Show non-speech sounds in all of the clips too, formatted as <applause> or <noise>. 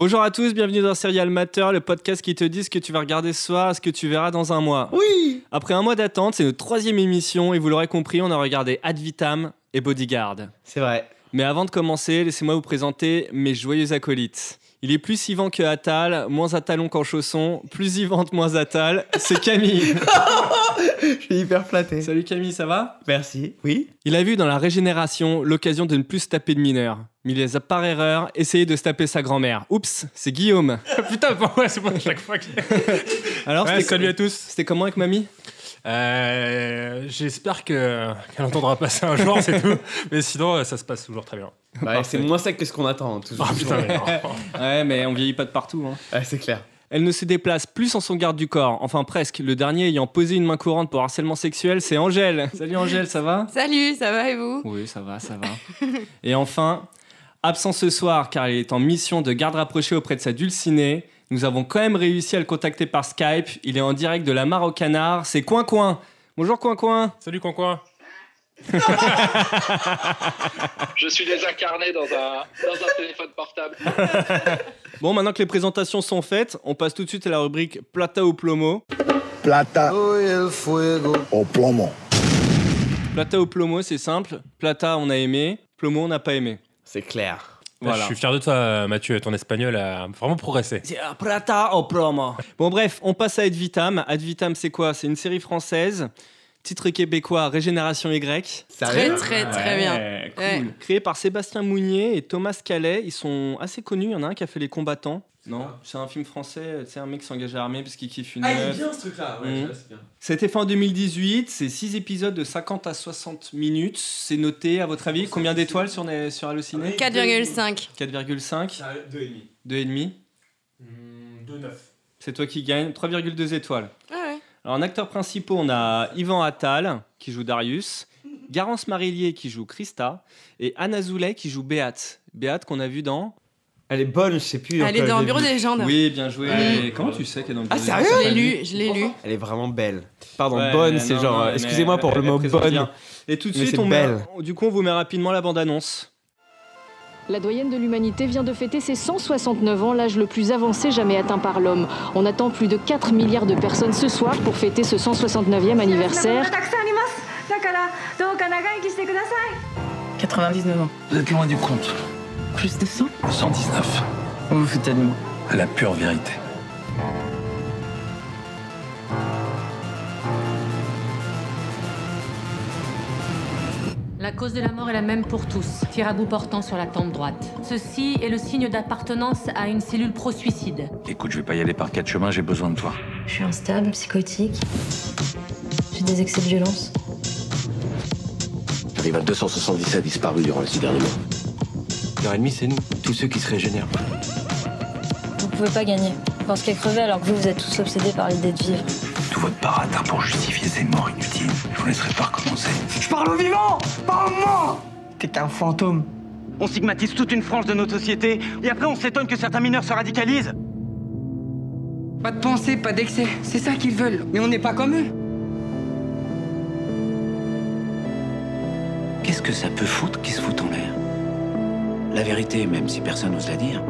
Bonjour à tous, bienvenue dans Serial Matter, le podcast qui te dit ce que tu vas regarder ce soir, ce que tu verras dans un mois. Oui Après un mois d'attente, c'est notre troisième émission et vous l'aurez compris, on a regardé Ad Vitam et Bodyguard. C'est vrai. Mais avant de commencer, laissez-moi vous présenter mes joyeux acolytes. Il est plus Yvan que Attal, moins à talons qu'en chaussons, plus Yvante, moins Attal, c'est Camille. Je suis hyper flatté. Salut Camille, ça va Merci. <laughs> Oui Il a vu dans la régénération l'occasion de ne plus se taper de mineurs. Mais il les a par erreur essayé de se taper sa grand-mère. Oups, c'est Guillaume. Putain, pour moi, c'est moi à chaque fois. Que... Alors, Ouais, c'était, salut à tous. c'était comment avec mamie Euh, J'espère que qu'elle entendra passer un jour, c'est tout. Mais sinon, euh, ça se passe toujours très bien. Bah, C'est moins sec que ce qu'on attend. Tout Ah putain, <laughs> mais non. Ouais, mais on vieillit pas de partout. hein. Ah, c'est clair. Elle ne se déplace plus sans son garde du corps. Enfin, presque. Le dernier ayant posé une main courante pour harcèlement sexuel, c'est Angèle. Salut Angèle, ça va Salut, ça va et vous Oui, ça va, ça va. Et enfin, absent ce soir car il est en mission de garde rapprochée auprès de sa dulcinée, nous avons quand même réussi à le contacter par Skype. Il est en direct de la mare au canard, c'est Coin Coin. Bonjour Coin Coin. Salut, Coin-Coin. Je suis désincarné dans un, dans un téléphone portable. Bon, maintenant que les présentations sont faites, on passe tout de suite à la rubrique Plata ou Plomo. plata o plomo. Plata ou Plomo, c'est simple. Plata, on a aimé. Plomo, on n'a pas aimé. C'est clair. Je suis fier de toi, Mathieu. Ton espagnol a vraiment progressé. C'est un prata au promo. Bon bref, on passe à Ad Vitam. Ad Vitam, c'est quoi C'est une série française, titre québécois Régénération Y, Sérieux Très, très, très bien. Ouais. créée par Sébastien Mounier et Thomas Calais. Ils sont assez connus, il y en a un qui a fait Les Combattants. Non, c'est un film français, tu sais, un mec qui s'engage à l'armée parce qu'il kiffe une meuf. Ah, ce truc-là. ouais, Mhm. C'était fait en 2018, c'est 6 épisodes de 50 à 60 minutes. C'est noté, à votre avis, combien d'étoiles sur, les- sur Ah Allociné 4,5. 4,5 2,5. 2,5 2-9. C'est toi qui gagne, 3,2 étoiles. Ah ouais. Alors, en acteurs principaux, on a Yvan Attal, qui joue Darius, Garance Marillier, qui joue Christa, et Anna Zoulet, qui joue Béate. Béate, qu'on a vu dans. Elle est bonne, je sais plus. Elle est encore, dans je Bureau l'ai des légendes. Oui, bien joué. Ouais. Et Comment tu sais qu'elle est dans le Ah, jeu des sérieux gens Je l'ai lu, je l'ai lu. vu. Elle est vraiment belle. Pardon, Ouais, bonne, mais c'est non, genre. non, euh, mais Excusez-moi pour elle- le elle mot présente bonne. bien. Et tout de Mais suite, c'est on met- belle. du coup, on vous met rapidement la bande-annonce. La doyenne de l'humanité vient de fêter ses 169 ans, l'âge le plus avancé jamais atteint par l'homme. On attend plus de 4 milliards de personnes ce soir pour fêter ce 169e anniversaire. たくさんありますだからどうか長生きしてください99 ans. Vous êtes loin du compte. Plus de 100 119. Vous vous foutez de moi. La pure vérité. La cause de la mort est la même pour tous. Tir à bout portant sur la tempe droite. Ceci est le signe d'appartenance à une cellule pro-suicide. Écoute, je vais pas y aller par quatre chemins, j'ai besoin de toi. Je suis instable, psychotique. J'ai des excès de violence. J'arrive à 277 disparus durant les six derniers mois. Une heure et demie, c'est nous, tous ceux qui se régénèrent. Vous pouvez pas gagner. Vous pensez qu'elle crevait alors que vous, vous êtes tous obsédés par l'idée de vivre. Tout votre baratin pour justifier ces morts inutiles. Je vous laisserai pas recommencer. Je parle au vivant, pas au mort T'es qu'un fantôme. On stigmatise toute une frange de notre société, et après on s'étonne que certains mineurs se radicalisent. Pas de pensée, pas d'excès. C'est ça qu'ils veulent. Mais on n'est pas comme eux. Qu'est-ce que ça peut foutre qui se fout en l'air La vérité, même si personne n'ose la dire,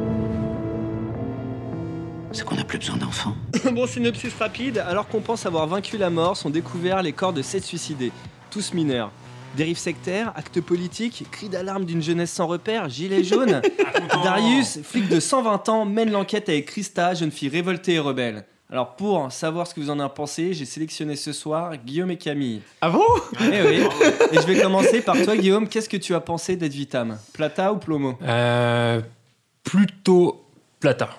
c'est qu'on n'a plus besoin d'enfants. bon synopsis rapide, alors qu'on pense avoir vaincu la mort, sont découverts les corps de sept suicidés, tous mineurs. Dérive sectaire, acte politique, cri d'alarme d'une jeunesse sans repère, <laughs> gilet jaune. Ah, Darius, flic de 120 ans, mène l'enquête avec Christa, jeune fille révoltée et rebelle. Alors pour savoir ce que vous en avez pensé, j'ai sélectionné ce soir Guillaume et Camille. Ah bon Eh oui. Et je vais commencer par toi Guillaume, qu'est-ce que tu as pensé d'Ed Vitam Plata ou Plomo Euh, plutôt Plata.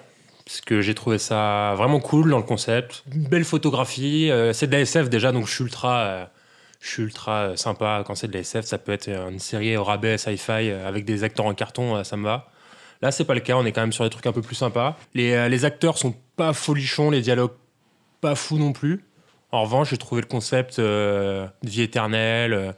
Parce que j'ai trouvé ça vraiment cool dans le concept. Une belle photographie. euh, c'est de la SF déjà, donc je suis ultra, euh, je suis ultra euh, sympa quand c'est de la SF. Ça peut être une série au rabais, sci-fi, euh, avec des acteurs en carton, euh, ça me va. Là, c'est pas le cas. On est quand même sur des trucs un peu plus sympas. Les, euh, les acteurs sont pas folichons, les dialogues pas fous non plus. En revanche, j'ai trouvé le concept euh, de vie éternelle euh,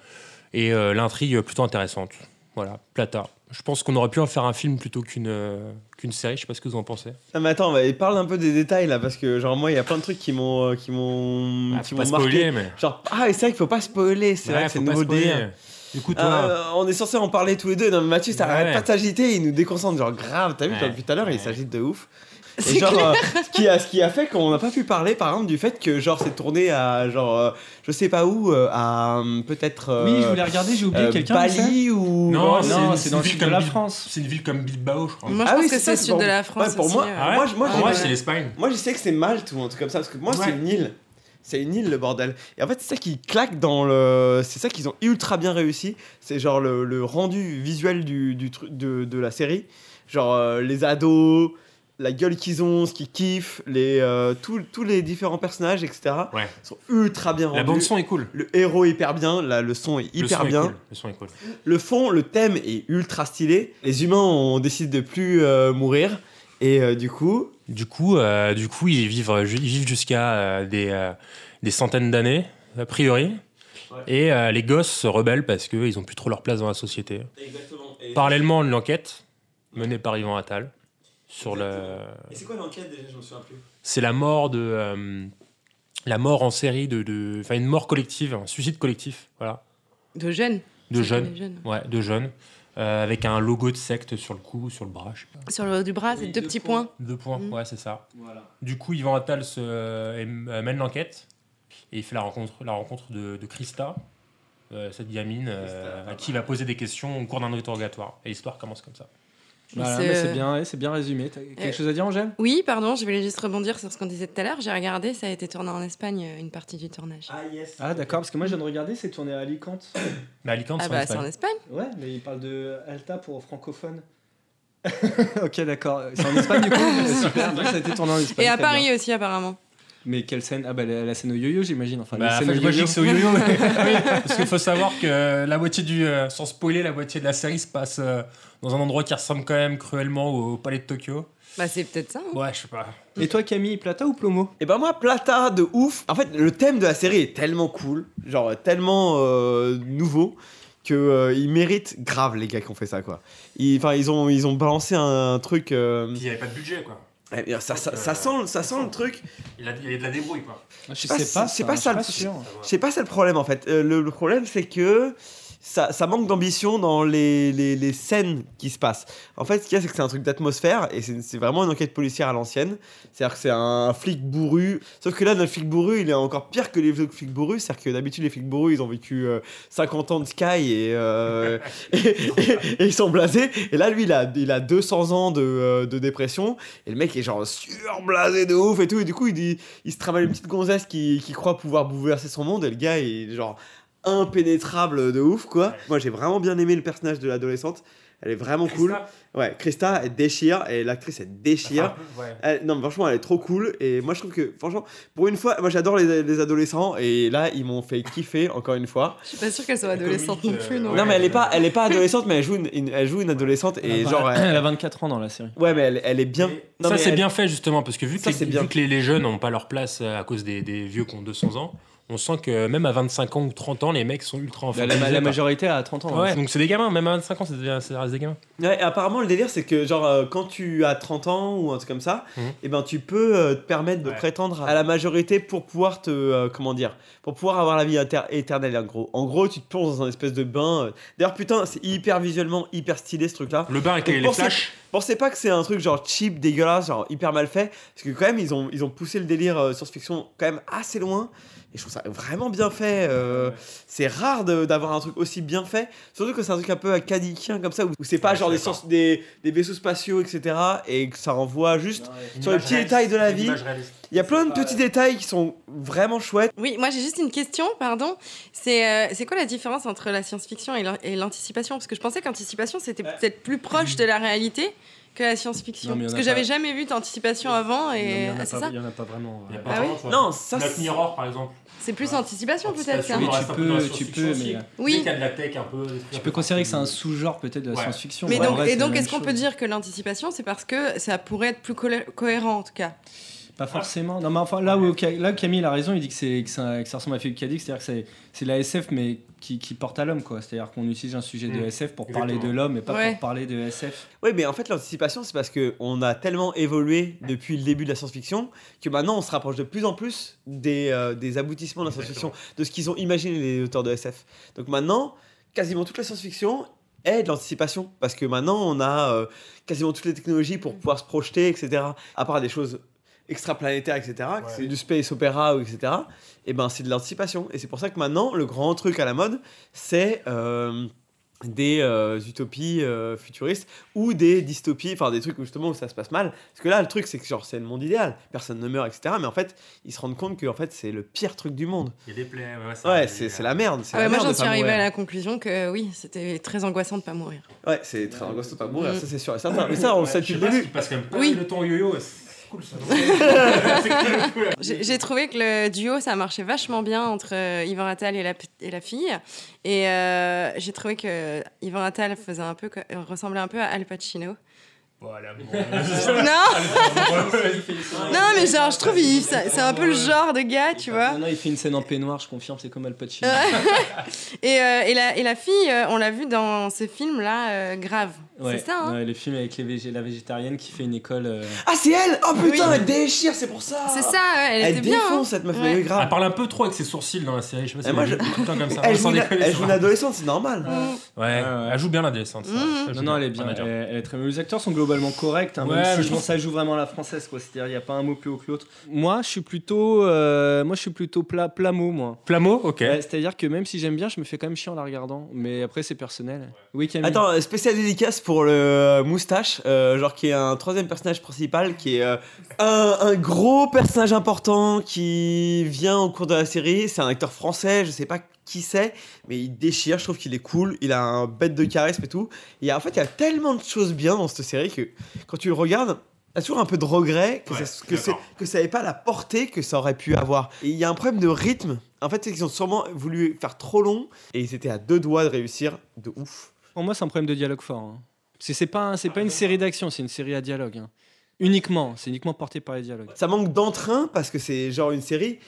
et euh, l'intrigue plutôt intéressante. Voilà, Plata. Je pense qu'on aurait pu en faire un film plutôt qu'une euh, qu'une série. Je sais pas ce que vous en pensez. Ah, mais attends, bah, parle un peu des détails là, parce que genre, moi, il y a plein de trucs qui m'ont. euh, qui m'ont. qui m'ont marqué. ah, mais. Genre, ah, et c'est vrai qu'il faut pas spoiler, c'est vrai que c'est nouveau délire. Du coup, Ah, euh, on est censé en parler tous les deux. Non, mais Mathieu, ça Ouais. arrête pas de s'agiter. Il nous déconcentre, genre grave. T'as vu, Ouais. comme depuis tout à l'heure, il s'agite de ouf. <laughs> C'est Et genre, clair. euh, ce, qui a, ce qui a fait qu'on n'a pas pu parler, par exemple, du fait que, genre, c'est tourné à, genre, euh, je sais pas où, euh, à euh, peut-être. euh, Oui, je voulais regarder, j'ai oublié euh, quelqu'un, mais Bali ça- ou. euh, Non, c'est- c'est dans le Oh, ville sud de comme la Bil- France. C'est une ville comme Bilbao, je crois. Moi, je pense que c'est le sud de la France pour aussi, moi, ouais. pour moi, je- moi, Ah j'ai- ouais, c'est l'Espagne. Moi, je sais que c'est Malte ou un truc comme ça, parce que moi, c'est une île. C'est une île, le bordel. Et en fait, c'est ça qui claque dans le. C'est ça qu'ils ont ultra bien réussi. C'est genre le, le rendu visuel du, du tru- de, de la série. Genre euh, les ados, la gueule qu'ils ont, ce qu'ils kiffent, les, euh, tous- tous les différents personnages, etc. sont ultra bien rendus. La bande-son est cool. Le héros est hyper bien, la, le son est Le hyper son est bien. cool, Le son est cool. Le fond, le thème est ultra stylé. Les humains, on décide de plus euh, mourir. Et euh, du coup. Du coup, euh, du coup, ils vivent, ju- ils vivent jusqu'à euh, des, euh, des centaines d'années, a priori. Et euh, les gosses se rebellent parce qu'ils ont plus trop leur place dans la société. Exactement. Parallèlement à une enquête menée par Yvan Attal sur le. c'est quoi l'enquête déjà Je me souviens plus. C'est la mort de. euh, la mort en série de. de- Enfin, une mort collective, un suicide collectif, voilà. De jeunes. De Ça, jeunes. les jeunes. Ouais, de jeunes. Euh, avec un logo de secte sur le cou, sur le bras, je sais pas. Sur le haut du bras, c'est deux petits points. Deux points, Mm. ouais, c'est ça. Du coup, Yvan Attal se, euh, aime- euh, mène l'enquête et il fait la rencontre, la rencontre de, de Christa, euh, cette gamine euh, à qui il va poser des questions au cours d'un interrogatoire. Et l'histoire commence comme ça. Voilà, C'est, mais euh, c'est bien, ouais, c'est bien résumé. T'as quelque euh, chose à dire, Angèle Oui, pardon, je voulais juste rebondir sur ce qu'on disait tout à l'heure. J'ai regardé, ça a été tourné en Espagne, euh, une partie du tournage. Ah, yes. Ah, d'accord, parce que moi, je viens de regarder, c'est tourné à Alicante. Mais Alicante, Ah c'est en bah, c'est Espagne. en Espagne. Ouais, mais il parle de Alta pour francophone. <laughs> ok, d'accord. C'est en Espagne, du coup <laughs> Super, c'est vrai que ça a été tourné en Espagne. Et à très Paris euh. bien. aussi, apparemment. Mais quelle scène Ah, bah, la, la scène au yo-yo, j'imagine. Enfin, Bah, la scène enfin, moi, je dis que c'est au yo-yo, <laughs> mais- Ah oui, parce qu'il faut savoir que la moitié du. euh, sans spoiler, la moitié de la série se passe euh, dans un endroit qui ressemble quand même cruellement au, au palais de Tokyo. Bah, c'est peut-être ça. hein. Ouais, je sais pas. Et toi, Camille, Plata ou Plomo Et ben moi, Plata de ouf. En fait, le thème de la série est tellement cool, genre tellement euh, nouveau que euh, ils méritent grave les gars qui ont fait ça quoi. Ils- Enfin, ils, ont ils ont balancé un, un truc. euh, Puis il n'y avait pas de budget, quoi. eh bien, ça, ça, ça sent ça sent le truc. Il, a, il y avait de la débrouille, quoi. Je sais pas, c'est pas ça le sûr. c'est pas ça le problème en fait. Euh, le, le problème c'est que ça, ça manque d'ambition dans les, les- les scènes qui se passent. En fait, ce qu'il y a, c'est que c'est un truc d'atmosphère et c'est c'est vraiment une enquête policière à l'ancienne. C'est-à-dire que c'est un flic bourru. Sauf que là, notre flic bourru, il est encore pire que les autres flics bourrus. C'est-à-dire que d'habitude, les flics bourrus, ils ont vécu euh, 50 ans de Sky et, euh, <laughs> et, et- et ils sont blasés. Et là, lui, il a, il a 200 ans de, euh, de dépression. Et le mec est genre surblasé de ouf et tout. Et du coup, il, dit- il se travaille une petite gonzesse qui, qui croit pouvoir bouleverser son monde. Et le gars est genre impénétrable de ouf, quoi. Moi, j'ai vraiment bien aimé le personnage de l'adolescente. Elle est vraiment Oh, cool. Ouais, Krista, elle déchire. Et l'actrice, elle déchire. Elle- non, mais franchement, elle est trop cool. Et moi, je trouve que, franchement, pour une fois, moi, j'adore les, les adolescents. Et là, ils m'ont fait kiffer, encore une fois. Je suis pas sûre qu'elle soit adolescente non euh, plus, non. Non, mais elle est pas, elle est pas adolescente, mais elle joue une, une- elle joue une adolescente. Et genre, elle- elle a 24 ans dans la série. ouais, mais elle, elle est bien. Non, ça, mais c'est elle- bien fait, justement, parce que vu que, Ça, les, c'est bien. vu que les, les jeunes n'ont pas leur place euh, à cause des, des vieux qui ont 200 ans, on sent que même à 25 ans ou 30 ans, les mecs sont ultra en Bah, La, hein. la- la majorité a 30 ans. Ouais, donc c'est des gamins, même à 25 ans, c'est des- ça reste des gamins. Ouais, et apparemment, le délire, c'est que, genre, euh, quand tu as 30 ans ou un truc comme ça, Mhm. et ben, tu peux euh, te permettre de prétendre à la majorité pour pouvoir te. euh, comment dire Pour pouvoir avoir la vie inter- éternelle, en gros. En gros, tu te plonges dans un espèce de bain. euh. D'ailleurs, putain, c'est hyper visuellement, hyper stylé ce truc-là. Le bain avec Et les- les pensez- flashs. Pensez pas que c'est un truc genre cheap, dégueulasse, genre hyper mal fait, parce que quand même ils ont, ils ont poussé le délire euh, science-fiction quand même assez loin, et je trouve ça vraiment bien fait. euh, C'est rare de- d'avoir un truc aussi bien fait, surtout que c'est un truc un peu acadiquien comme ça, où, où c'est pas genre des, sciences- des, des vaisseaux spatiaux, etc., et que ça renvoie juste sur les image petits réaliste, détails de la une vie. image réaliste. Il y a plein de petits détails qui sont vraiment chouettes. Oui, moi j'ai juste une question, pardon. C'est euh, c'est quoi la différence entre la science-fiction et l'an- et l'anticipation Parce que je pensais que l'anticipation c'était peut-être plus proche de la réalité que la Non, science-fiction. mais il y en Parce a que pas. j'avais jamais vu d'anticipation avant et ah, c'est ça. Il y en a pas vraiment. Il y a Ah pas vraiment, oui tu vois. Non, ça, Black c'est- Mirror, par exemple. C'est plus anticipation peut-être. ça. Anticipation, il Oui, tu reste un peu peux- dans la tu science-fiction peux, aussi. mais- Oui. Dès qu'il y a de la tech un peu. Tu peux considérer que c'est un sous-genre peut-être de la Ouais. science-fiction. bah, Mais Ouais, en donc, vrai, et c'est la donc même est-ce qu'on chose. peut dire que l'anticipation c'est parce que ça pourrait être plus colé- cohérent en tout cas Pas forcément. Non, mais enfin, là où, Ca- là où Camille a raison, il dit que, c'est, que, ça, que ça ressemble à Philippe Cadix, c'est-à-dire que c'est, c'est la SF mais qui, qui porte à l'homme, quoi. C'est-à-dire qu'on utilise un sujet de Mm. SF pour parler Exactement. de l'homme et pas Ouais. pour parler de SF. Oui, mais en fait, l'anticipation, c'est parce qu'on a tellement évolué depuis le début de la science-fiction que maintenant, on se rapproche de plus en plus des, euh, des aboutissements de la science-fiction, de ce qu'ils ont imaginé les auteurs de SF. Donc maintenant, quasiment toute la science-fiction est de l'anticipation. Parce que maintenant, on a euh, quasiment toutes les technologies pour pouvoir se projeter, etc. À part des choses extraplanétaires, etc. que C'est du space opéra, ou etc. Et ben, c'est de l'anticipation. Et c'est pour ça que maintenant, le grand truc à la mode, c'est euh, des euh, utopies euh, futuristes ou des dystopies, enfin des trucs où justement où ça se passe mal. Parce que là, le truc, c'est que genre c'est le monde idéal, personne ne meurt, etc. Mais en fait, ils se rendent compte que en fait, c'est le pire truc du monde. Il y a des plaies, ouais, Ouais, c'est c'est la merde. c'est Ah ouais, la moi, merde j'en de suis pas arrivée mourir. à la conclusion que oui, c'était très angoissant de pas mourir. Ouais, c'est très angoissant de pas mourir, Mm. ça c'est sûr et certain. Mais ça, on le sait depuis le début. Parce que Oui. le temps yo-yo, c'est cool ça. J'ai j'ai trouvé que le duo, ça marchait vachement bien entre euh, Yvan Attal et la, p- et la fille. Et euh, j'ai trouvé que Yvan Attal faisait un peu, co- euh, ressemblait un peu à Al Pacino. Voilà, bon. <laughs> Non Non, mais genre, je trouve, il- ça- c'est un peu le genre de gars, tu vois. Non, non, il fait une scène en peignoir, je confirme, c'est comme Al Pacino. et, euh, et, la, et la fille, euh, on l'a vu dans ce film-là, euh, grave. Ouais, C'est ça, hein ouais, le film avec les végé- la végétarienne qui fait une école. euh, Ah, c'est elle Oh putain, Oui. elle déchire, c'est pour ça C'est ça, ouais, elle, était bien. hein. Ouais. grave. Elle parle un peu trop avec ses sourcils dans la série. Je sais pas si Et moi, elle je- joue tout le temps comme ça. <laughs> Elle sans joue une- déconner, elle ça joue va. une adolescente, c'est normal. Mm. Ouais, elle joue bien l'adolescente. ça. Ça joue Non, non, elle est bien. Rien à Elle, dire. elle est très bien. Les acteurs sont globalement corrects. hein, Ouais, même si mais je je pense que ça joue vraiment la française. quoi. C'est-à-dire, il n'y a pas un mot plus haut que l'autre. Moi, je suis plutôt, euh, moi, je suis plutôt pla- plamo, moi. Plamo, ok. Ouais, Bah, C'est-à-dire que même si j'aime bien, je me fais quand même chier en la regardant. Mais après, c'est personnel. Oui, Camille. Attends, euh, spécial dédicace pour le euh, moustache, euh, genre qui est un troisième personnage principal, qui est euh, un, un gros personnage important qui vient au cours de la série. C'est un acteur français, je sais pas qui c'est, mais il déchire. Je trouve qu'il est cool. Il a un bête de charisme et tout. Et en fait, il y a tellement de choses bien dans cette série que quand tu le regardes. T'as toujours un peu de regret que, ça, que, c'est- que ça n'avait pas la portée que ça aurait pu avoir. Et il y a un problème de rythme. En fait, c'est qu'ils ont sûrement voulu faire trop long et ils étaient à deux doigts de réussir de ouf. Pour moi, c'est un problème de dialogue fort. hein. Parce que c'est pas, un- c'est pas une série d'action, c'est une série à dialogue. hein. Uniquement, c'est uniquement porté par les dialogues. Ça manque d'entrain parce que c'est genre une série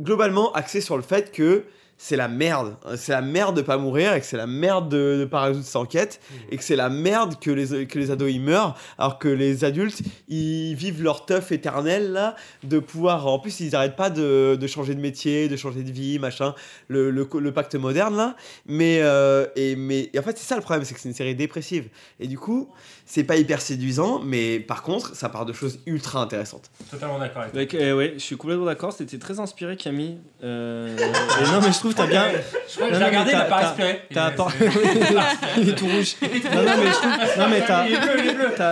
globalement axée sur le fait que c'est la merde. C'est la merde de pas mourir et que c'est la merde de ne pas résoudre cette enquête et que c'est la merde que les, que les ados ils meurent alors que les adultes ils vivent leur teuf éternel là de pouvoir. En plus, ils n'arrêtent pas de, de changer de métier, de changer de vie, machin. Le, le, co- le pacte moderne là. Mais, euh, et, mais et en fait, c'est ça le problème c'est que c'est une série dépressive. Et du coup, c'est pas hyper séduisant, mais par contre, ça part de choses ultra intéressantes. Totalement d'accord avec toi. Donc, euh, ouais, je suis complètement d'accord. C'était très inspiré, Camille. Euh, <laughs> et non, mais je trouve que t'as bien. Je crois que Non, je l'ai non, regardé, mais il t'as- a pas t'as- respiré. Il t'as est- apporté- c'est- <laughs> Il est tout rouge. Non, non, mais je trouve. Non, mais t'as.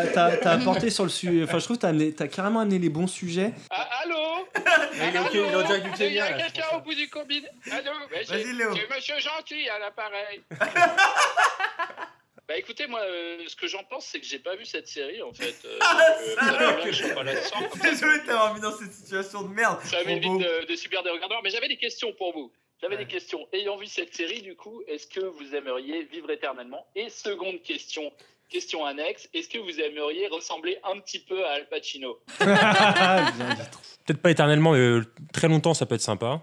t'as- t'as- t'as apporté sur le sujet. Enfin, je trouve que t'as amené- t'as carrément amené les bons sujets. Ah, Allô Ah, Allô Allô du Il y Kenya, a là, je quelqu'un au bout du combine. Allô Mais j'ai- Vas-y, Léo. C'est monsieur Gentil <laughs> à l'appareil. bah écoutez, moi, euh, ce que j'en pense, c'est que j'ai pas vu cette série en fait. Euh, Ah, donc, euh, voilà, je suis pas là-dedans. Désolé de t'avoir mis dans cette situation de merde. Ça m'évite de, de subir des regards noirs, mais j'avais des questions pour vous. J'avais des questions. Ayant vu cette série, du coup, est-ce que vous aimeriez vivre éternellement Et seconde question, question annexe, est-ce que vous aimeriez ressembler un petit peu à Al Pacino Peut-être pas éternellement, mais euh, très longtemps, ça peut être sympa.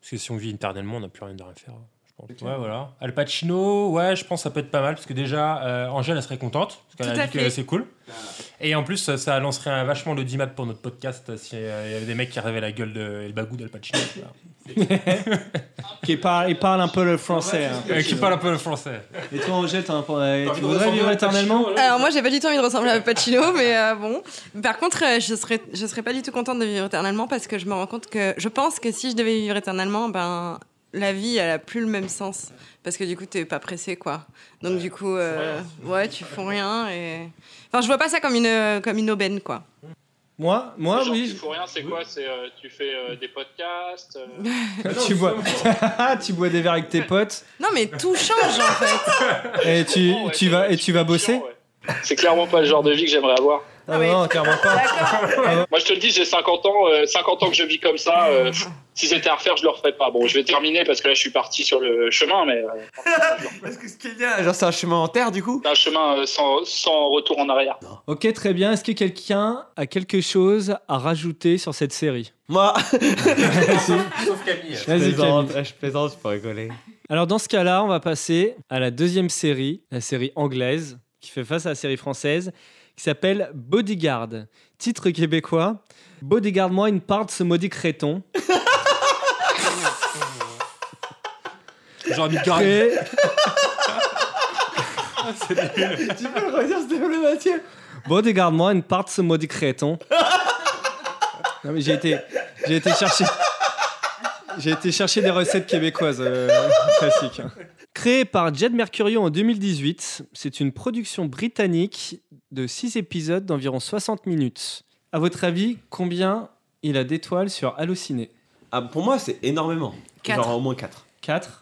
Parce que si on vit éternellement, on n'a plus rien de rien faire. hein, Je pense. Ouais, voilà. Al Pacino, ouais, je pense que ça peut être pas mal. Parce que déjà, euh, Angèle, elle serait contente. Parce Tout qu'elle à a dit fait. que c'est cool. Et en plus, ça lancerait un vachement l'audimat pour notre podcast euh, si euh, il y avait des mecs qui arrivaient la gueule de, et le bagou d'Al <laughs> Pacino. Voilà. Qui parle, il parle un peu le français. hein. Euh, qui parle un peu le français. Et toi, Angèle, t'as un point. Tu de voudrais ressembler vivre à Pacino, éternellement Alors moi j'ai pas du tout envie de ressembler à Pacino mais euh, bon. Par contre euh, je serais je serais pas du tout contente de vivre éternellement parce que je me rends compte que je pense que si je devais vivre éternellement ben la vie elle a plus le même sens parce que du coup t'es pas pressé quoi. Donc du coup euh, ouais tu fais rien et enfin je vois pas ça comme une comme une aubaine quoi. Moi, moi, Genre, oui. <laughs> Tu fous rien, c'est quoi C'est euh, tu fais euh, des podcasts euh, tu bois, <laughs> tu bois des verres avec tes potes Non mais tout change en fait. et tu, tu vas et tu vas bosser. C'est clairement pas le genre de vie que j'aimerais avoir. Ah non, clairement pas. Moi, je te le dis, j'ai 50 ans, euh, 50 ans que je vis comme ça. euh, pff, si c'était à refaire, je le referais pas. Bon, je vais terminer parce que là, je suis parti sur le chemin, mais euh, Genre, c'est un chemin en terre du coup c'est un chemin euh, sans, sans retour en arrière. Ok, très bien. Est-ce que quelqu'un a quelque chose à rajouter sur cette série Moi. <laughs> Sauf Camille. Vas-y, plaisante, Camille. je plaisante, je peux rigoler. Alors dans ce cas-là, on va passer à la deuxième série, la série anglaise, qui fait face à la série française, qui s'appelle Bodyguard. Titre québécois, Bodyguard-moi une part de ce maudit créton. Genre, Créé, C'est nul. tu peux le redire, s'il te plaît, Mathieu Bon, regarde-moi une part de ce maudit créton. Non, mais j'ai été, j'ai été chercher. J'ai été chercher des recettes québécoises euh, classiques. hein. Créé par Jed Mercurio en 2018, c'est une production britannique de 6 épisodes d'environ 60 minutes. À votre avis, combien il a d'étoiles sur Halluciné ah, Pour moi, c'est énormément. Quatre. Genre au moins 4. 4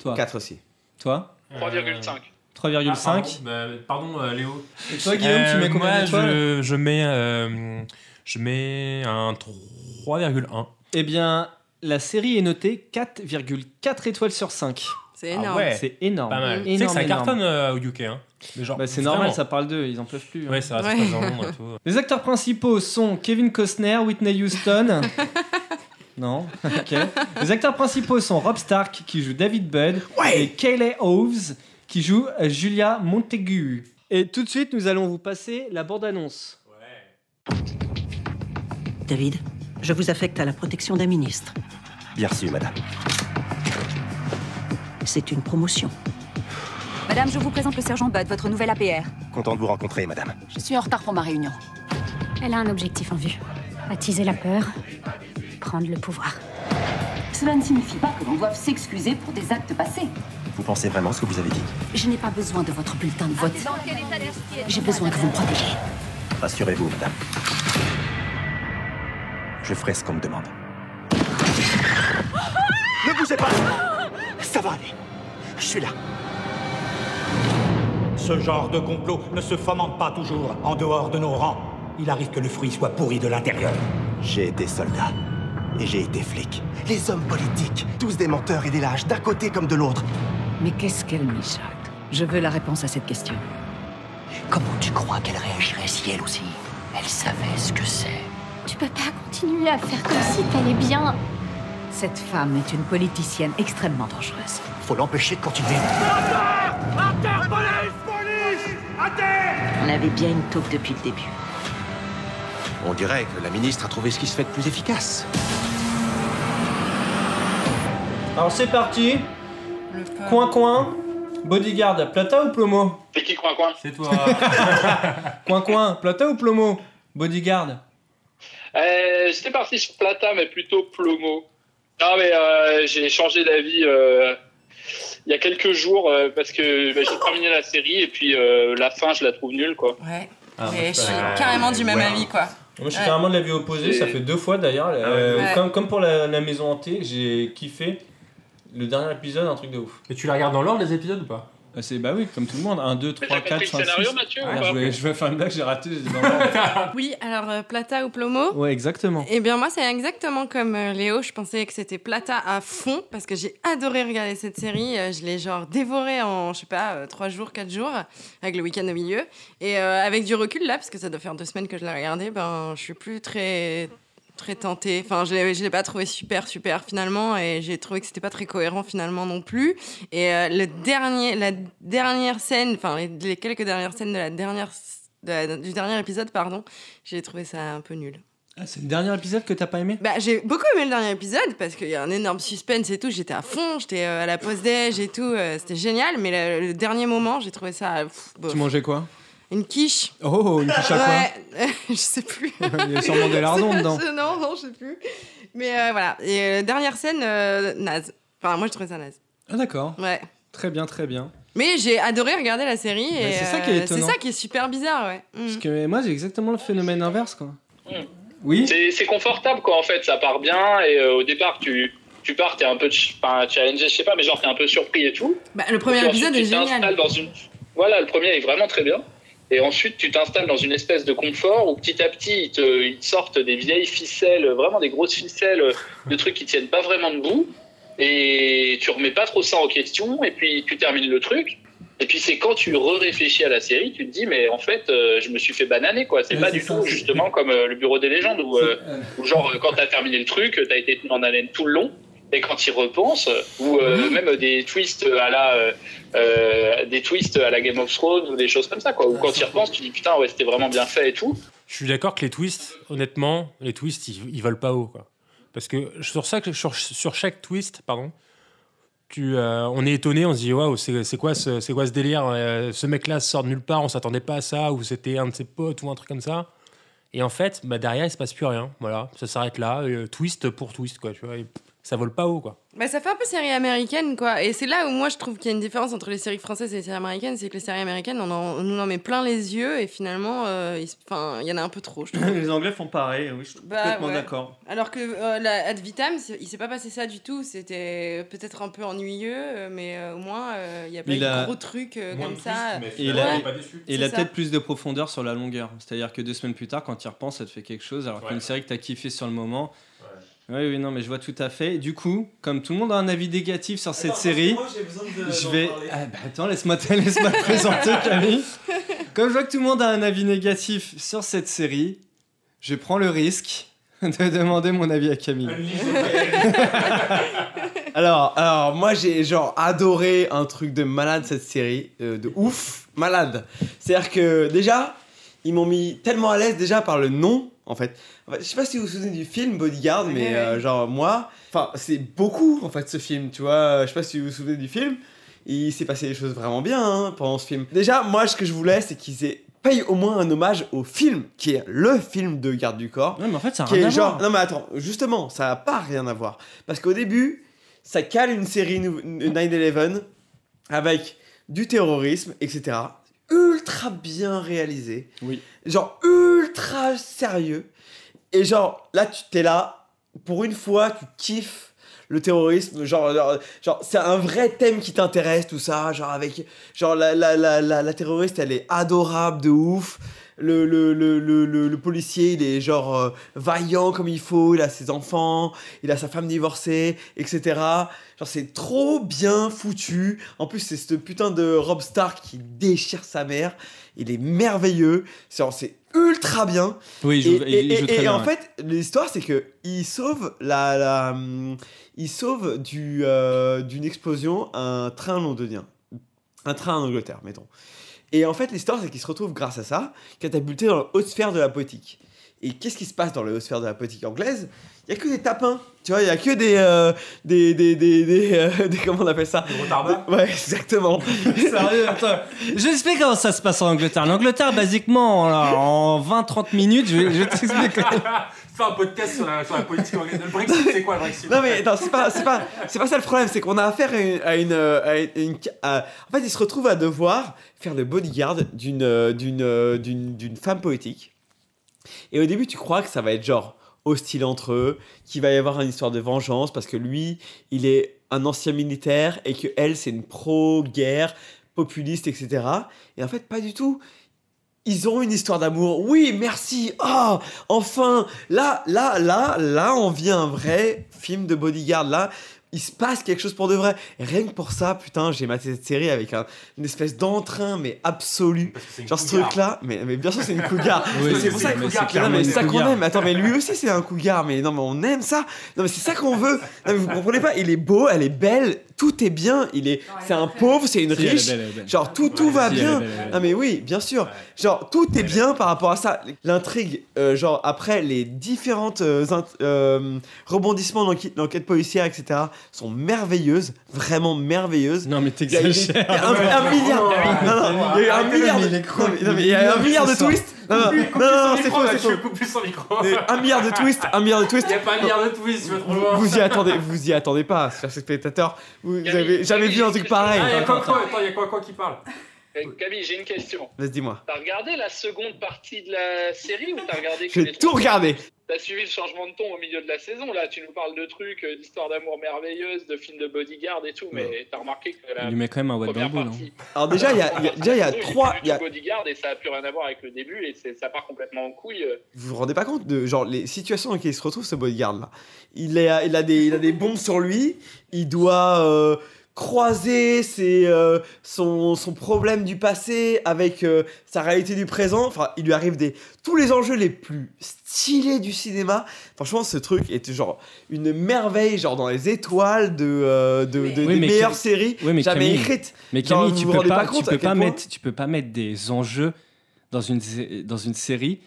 Toi 4 aussi. Toi 3,5. 3,5 pardon, euh, Léo. Euh, Et toi, Guillaume, tu mets combien d'étoiles je, je mets, euh, je mets un 3,1. Eh bien, la série est notée 4,4 étoiles sur 5. C'est Ah énorme. ouais. C'est énorme. Pas mal. Tu sais que Énorme, ça énorme. cartonne euh, au UK. Hein. Mais genre, Bah, c'est vraiment. normal, ça parle d'eux, ils en peuvent plus. hein. Ouais, ça, ça Ouais. se passe dans le monde et euh, tout. Les acteurs principaux sont Kevin Costner, Whitney <laughs> Houston. non, ok. Les acteurs principaux sont Rob Stark qui joue David Budd et Kayleigh Hoves qui joue euh, Julia Montaigu. Et tout de suite, nous allons vous passer la bande-annonce. David, je vous affecte à la protection d'un ministre. Bien reçu, madame. C'est une promotion. Madame, je vous présente le sergent Bud, votre nouvel APR. Content de vous rencontrer, madame. Je suis en retard pour ma réunion. Elle a un objectif en vue. Attiser la peur, prendre le pouvoir. Cela ne signifie pas que l'on doive s'excuser pour des actes passés. Vous pensez vraiment ce que vous avez dit Je n'ai pas besoin de votre bulletin de vote. J'ai besoin que vous me protégiez. Rassurez-vous, madame. Je ferai ce qu'on me demande. Ne bougez pas Ça va aller. Je suis là. Ce genre de complot ne se fomente pas toujours en dehors de nos rangs. Il arrive que le fruit soit pourri de l'intérieur. J'ai été soldat. Et j'ai été flic. Les hommes politiques, tous des menteurs et des lâches, d'un côté comme de l'autre. Mais qu'est-ce qu'elle mijote Je veux la réponse à cette question. Comment tu crois qu'elle réagirait si elle aussi Elle savait ce que c'est. Tu peux pas continuer à faire comme si t'allais bien. Cette femme est une politicienne extrêmement dangereuse. Faut l'empêcher de continuer. On avait bien une taupe depuis le début. On dirait que la ministre a trouvé ce qui se fait de plus efficace. Alors c'est parti. Coin coin. Bodyguard, Plata ou Plomo C'est qui coin coin C'est <laughs> toi. Coin coin, Plata ou Plomo Bodyguard. Euh, J'étais parti sur Plata, mais plutôt Plomo. Non, mais euh, j'ai changé d'avis euh, il y a quelques jours euh, parce que bah, j'ai terminé la série et puis euh, la fin, je la trouve nulle, quoi. Ouais. Ah, moi, Mais je je suis peux- carrément du même Ouais. avis, quoi. Moi, je suis Ouais. carrément de l'avis opposé. Ça Et- Ah fait deux fois d'ailleurs. Euh, Ouais. comme, comme pour la, la maison hantée, j'ai kiffé le dernier épisode, un truc de ouf. Mais tu la regardes dans l'ordre, les épisodes ou pas c'est bah oui, comme tout le monde, 1, 2, 3, 4, 5, 6. scénario, Mathieu, ou pas Ah, je, vais, je vais faire une blague, j'ai raté. j'ai dit dans l'ordre. Oui, alors euh, Plata ou Plomo <laughs> ouais, exactement. Eh bien, moi, c'est exactement comme euh, Léo. Je pensais que c'était Plata à fond parce que j'ai adoré regarder cette série. Euh, Je l'ai genre dévorée en, je sais pas, euh, trois jours, quatre jours, avec le week-end au milieu. Et euh, avec du recul là, parce que ça doit faire deux semaines que je l'ai regardée, ben, je suis plus très très tentée. Enfin, je l'ai, je l'ai pas trouvé super super finalement, et j'ai trouvé que c'était pas très cohérent finalement non plus. Et euh, le dernier, la dernière scène, enfin les, les quelques dernières scènes de la dernière de la- du dernier épisode, pardon, j'ai trouvé ça un peu nul. Ah, c'est le dernier épisode que t'as pas aimé Bah, j'ai beaucoup aimé le dernier épisode parce qu'il y a un énorme suspense et tout. J'étais à fond, j'étais euh, à la pause déj et tout. euh, C'était génial, mais le, le dernier moment, j'ai trouvé ça. pff, bof. Tu mangeais quoi Une quiche. Oh, une quiche à quoi Ouais, <laughs> je sais plus. <laughs> Il y a sûrement de lardons <laughs> C'est- dedans. c'est- Non, non, je sais plus. Mais euh, voilà. Et euh, dernière scène, euh, naze. Enfin, moi, je trouvais ça naze. Ah, d'accord. Ouais. Très bien, très bien. Mais j'ai adoré regarder la série. Bah, et, c'est ça qui est euh, étonnant. C'est ça qui est super bizarre, ouais. Mm. Parce que moi, j'ai exactement le phénomène inverse, quoi. Oui. C'est c'est confortable, quoi, en fait. Ça part bien et euh, au départ, tu. Tu pars, t'es un peu ch- enfin, challengé, je sais pas, mais genre t'es un peu surpris et tout. Bah, le premier Et puis épisode ensuite, est tu t'installes génial. Dans une... Voilà, le premier est vraiment très bien. Et ensuite, tu t'installes dans une espèce de confort où petit à petit, ils te, ils te sortent des vieilles ficelles, vraiment des grosses ficelles, de trucs qui tiennent pas vraiment debout. Et tu remets pas trop ça en question. Et puis, tu termines le truc. Et puis, c'est quand tu re-réfléchis à la série, tu te dis, mais en fait, euh, je me suis fait bananer, quoi. C'est Ouais, pas c'est du ça, tout, c'est- justement, comme euh, le bureau des légendes où, euh, où genre, euh, quand t'as terminé le truc, t'as été tenu en haleine tout le long. Et quand ils repensent, ou Mhm. euh, même des twists à la euh, euh, des twists à la Game of Thrones ou des choses comme ça quoi. Ou quand ils repensent, tu dis putain ouais c'était vraiment bien fait et tout. Je suis d'accord que les twists, honnêtement, les twists, ils, ils volent pas haut. Quoi. Parce que sur, ça, que- sur, sur chaque twist, pardon, tu, euh, on est étonné, on se dit waouh, c'est c'est quoi, ce, c'est quoi ce délire euh, Ce mec-là sort de nulle part, on s'attendait pas à ça, ou c'était un de ses potes ou un truc comme ça. Et en fait, bah, derrière, il se passe plus rien. Voilà, ça s'arrête là, euh, twist pour twist, quoi. Tu vois, et pff, ça vole pas haut, quoi. Bah, ça fait un peu série américaine, quoi. Et c'est là où moi je trouve qu'il y a une différence entre les séries françaises et les séries américaines, c'est que les séries américaines, on, en, on en met plein les yeux et finalement, euh, il se- 'fin, il y en a un peu trop, je trouve. <laughs> Les Anglais font pareil, oui, je suis Bah, complètement ouais. d'accord. Alors que euh, la Ad Vitam, c'est- il s'est pas passé ça du tout. C'était peut-être un peu ennuyeux, euh, mais euh, au moins, euh, il y a pas Il eu de a- gros trucs euh, Moins comme de ça. Et il a, Ouais, et c'est il a ça. peut-être plus de profondeur sur la longueur. C'est-à-dire que deux semaines plus tard, quand tu y repenses, ça te fait quelque chose. Alors qu'une série que tu as kiffé sur le moment. Oui, oui, non, mais je vois tout à fait. Du coup, comme tout le monde a un avis négatif sur cette série, je vais. Ah, bah, attends, laisse-moi te- <laughs> laisse-moi te <laughs> présenter, Camille. Comme je vois que tout le monde a un avis négatif sur cette série, je prends le risque de demander mon avis à Camille. Alors, alors moi j'ai genre adoré un truc de malade cette série, euh, de ouf, malade. C'est-à-dire que déjà, ils m'ont mis tellement à l'aise déjà par le nom, en fait. En fait, je sais pas si vous vous souvenez du film Bodyguard, mais euh, genre moi, enfin c'est beaucoup en fait ce film, tu vois. Je sais pas si vous vous souvenez du film. Il s'est passé des choses vraiment bien hein, pendant ce film. Déjà, moi ce que je voulais, c'est qu'ils aient paye au moins un hommage au film qui est le film de garde du corps. Non mais en fait ça qui est genre non mais attends justement ça n'a pas rien à voir parce qu'au début ça cale une série nou- 9/11 avec du terrorisme etc ultra bien réalisé oui genre ultra sérieux et genre là tu t'es là pour une fois tu kiffes le terrorisme genre genre, genre, c'est un vrai thème qui t'intéresse tout ça genre avec genre la la, la, la, la terroriste elle est adorable de ouf le, le, le, le, le- le policier, il est genre euh, vaillant comme il faut, il a ses enfants, il a sa femme divorcée, etc. Genre, c'est trop bien foutu. En plus, c'est ce putain de Rob Stark qui déchire sa mère. Il est merveilleux. C'est genre, c'est ultra bien. Oui, il joue- et, il joue et- très et bien, en ouais. fait, l'histoire, c'est que il sauve la, la hum, il sauve du, euh, d'une explosion un train londonien, un train en Angleterre, mettons. Et en fait, l'histoire, c'est qu'il se retrouve grâce à ça, catapulté dans la haute sphère de la politique. Et qu'est-ce qui se passe dans la haute sphère de la politique anglaise Il y a que des tapins, tu vois, il y a que des euh, des des des, des, euh, <laughs> des- comment on appelle ça Des- Ouais, exactement. <laughs> Sérieux, attends. Je t'explique comment ça se passe en Angleterre. L'Angleterre, basiquement, en, en 20-30 minutes, je, vais- je vais <laughs> t'explique. Fais un podcast sur la, sur la politique anglaise. Le Brexit, c'est quoi le Brexit Non mais non, c'est pas c'est pas c'est pas ça le problème, c'est qu'on a affaire à une, à une, euh, à une- une- à- en fait, il se retrouve à devoir faire le bodyguard d'une euh, d'une euh, d'une d'une femme politique. Et au début, tu crois que ça va être genre hostile entre eux, qu'il va y avoir une histoire de vengeance parce que lui, il est un ancien militaire et que elle, c'est une pro-guerre, populiste, etc. Et en fait, pas du tout. Ils ont une histoire d'amour. Oui, merci. Ah, enfin, là, là, là, là, on vit un vrai film de bodyguard. Là, il se passe quelque chose pour de vrai. Et rien que pour ça, putain, j'ai maté cette série avec un- une espèce d'entrain, mais absolu. Genre ce cougar. truc-là, mais, mais bien sûr, c'est une cougar. <laughs> Oui, c'est pour c'est- ça que mais c'est cougar, clairement mais c'est une ça qu'on cougar. aime. Attends, mais lui aussi, c'est un cougar. Mais non, mais on aime ça. Non, mais c'est ça qu'on veut. Non, mais vous comprenez pas Il est beau, elle est belle, tout est bien. Il est, c'est un pauvre, c'est une Si, elle est riche. belle, elle est belle. Genre tout, tout va si, elle est bien. belle, elle est belle. Ah mais oui, bien sûr. Genre tout est bien par rapport à ça. L'intrigue, euh, genre après les différentes euh, int- euh, rebondissements de l'enquête- l'enquête policière, etc., sont merveilleuses, vraiment merveilleuses. Non mais Il y t'exagères. a eu des- un, un milliard. Non, non, il y a eu un milliard. de- non, Ah, mais- non, mais il y a eu un milliard de twists. Non, non, non, non, non, c'est faux, c'est faux. plus son micro. Mais Un milliard de twists, un milliard de <laughs> twists. Il n'y a pas un milliard de twists, je vais trop Vous, loin. vous y attendez, vous y attendez pas, chers spectateurs. Vous avez jamais vu un truc Ah, pareil. il y a Coco, attends, il y a Coco qui parle. Euh, Camille, j'ai une question. Vas-y, dis-moi. T'as regardé la seconde partie de la série ou t'as regardé que J'ai les tout trois regardé. T'as suivi le changement de ton au milieu de la saison, là tu nous parles de trucs, euh, d'histoires d'amour merveilleuses, de films de bodyguard et tout, mais t'as remarqué que la Il lui met quand même un wet bambou, non Alors déjà, il y a, il y a- déjà, il y a saison, trois. fait il y a- du bodyguard et ça a plus rien à voir avec le début et c'est- ça part complètement en couille. euh. vous vous rendez pas compte de genre les situations dans lesquelles il se retrouve ce bodyguard là il, est, il, a des, il a des bombes sur lui il doit euh, croiser ses, euh, son, son problème du passé avec euh, sa réalité du présent enfin il lui arrive des tous les enjeux les plus stylés du cinéma franchement ce truc est genre une merveille genre dans les étoiles de, euh, de, de- Oui, des mais meilleures Cam- séries Oui, mais jamais Camille- écrites hein. Mais Genre, Camille, vous tu vous peux rendez pas, compte tu à peux quel pas point- mettre, tu peux pas mettre des enjeux dans une sé- dans une série,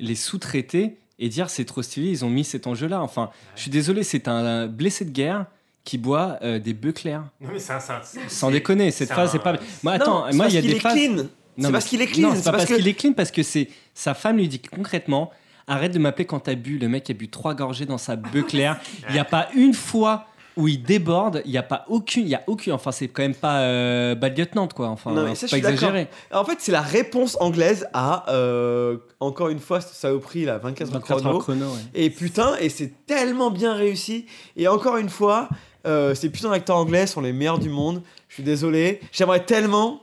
les sous-traiter et dire c'est trop stylé, ils ont mis cet enjeu-là. Enfin, je suis désolé, c'est un blessé de guerre qui boit euh, des bœufs clairs. Non, mais c'est un. c'est un- Sans déconner, cette c'est phrase, un- c'est pas. Moi, attends, c'est moi, il y a parce qu'il des est phases. clean. C'est mais- parce qu'il est clean, Non, c'est c'est pas parce parce que- qu'il est clean, parce que c'est sa femme lui dit concrètement arrête de m'appeler quand t'as bu. Le mec a bu trois gorgées dans sa bœuf <laughs> claire. Il n'y a pas une fois où il déborde, il n'y a pas aucune, il y a aucune. Enfin, c'est quand même pas euh, bad lieutenant, quoi. Enfin, Non, mais ça, faut je pas suis d'accord. exagéré. En fait, c'est la réponse anglaise à, euh, encore une fois, ça au prix, la 24 heures 24 chrono. heures chrono, ouais. Et putain, et c'est tellement bien réussi. Et encore une fois, euh, ces putains d'acteurs anglais sont les meilleurs du monde. Je suis désolé. J'aimerais tellement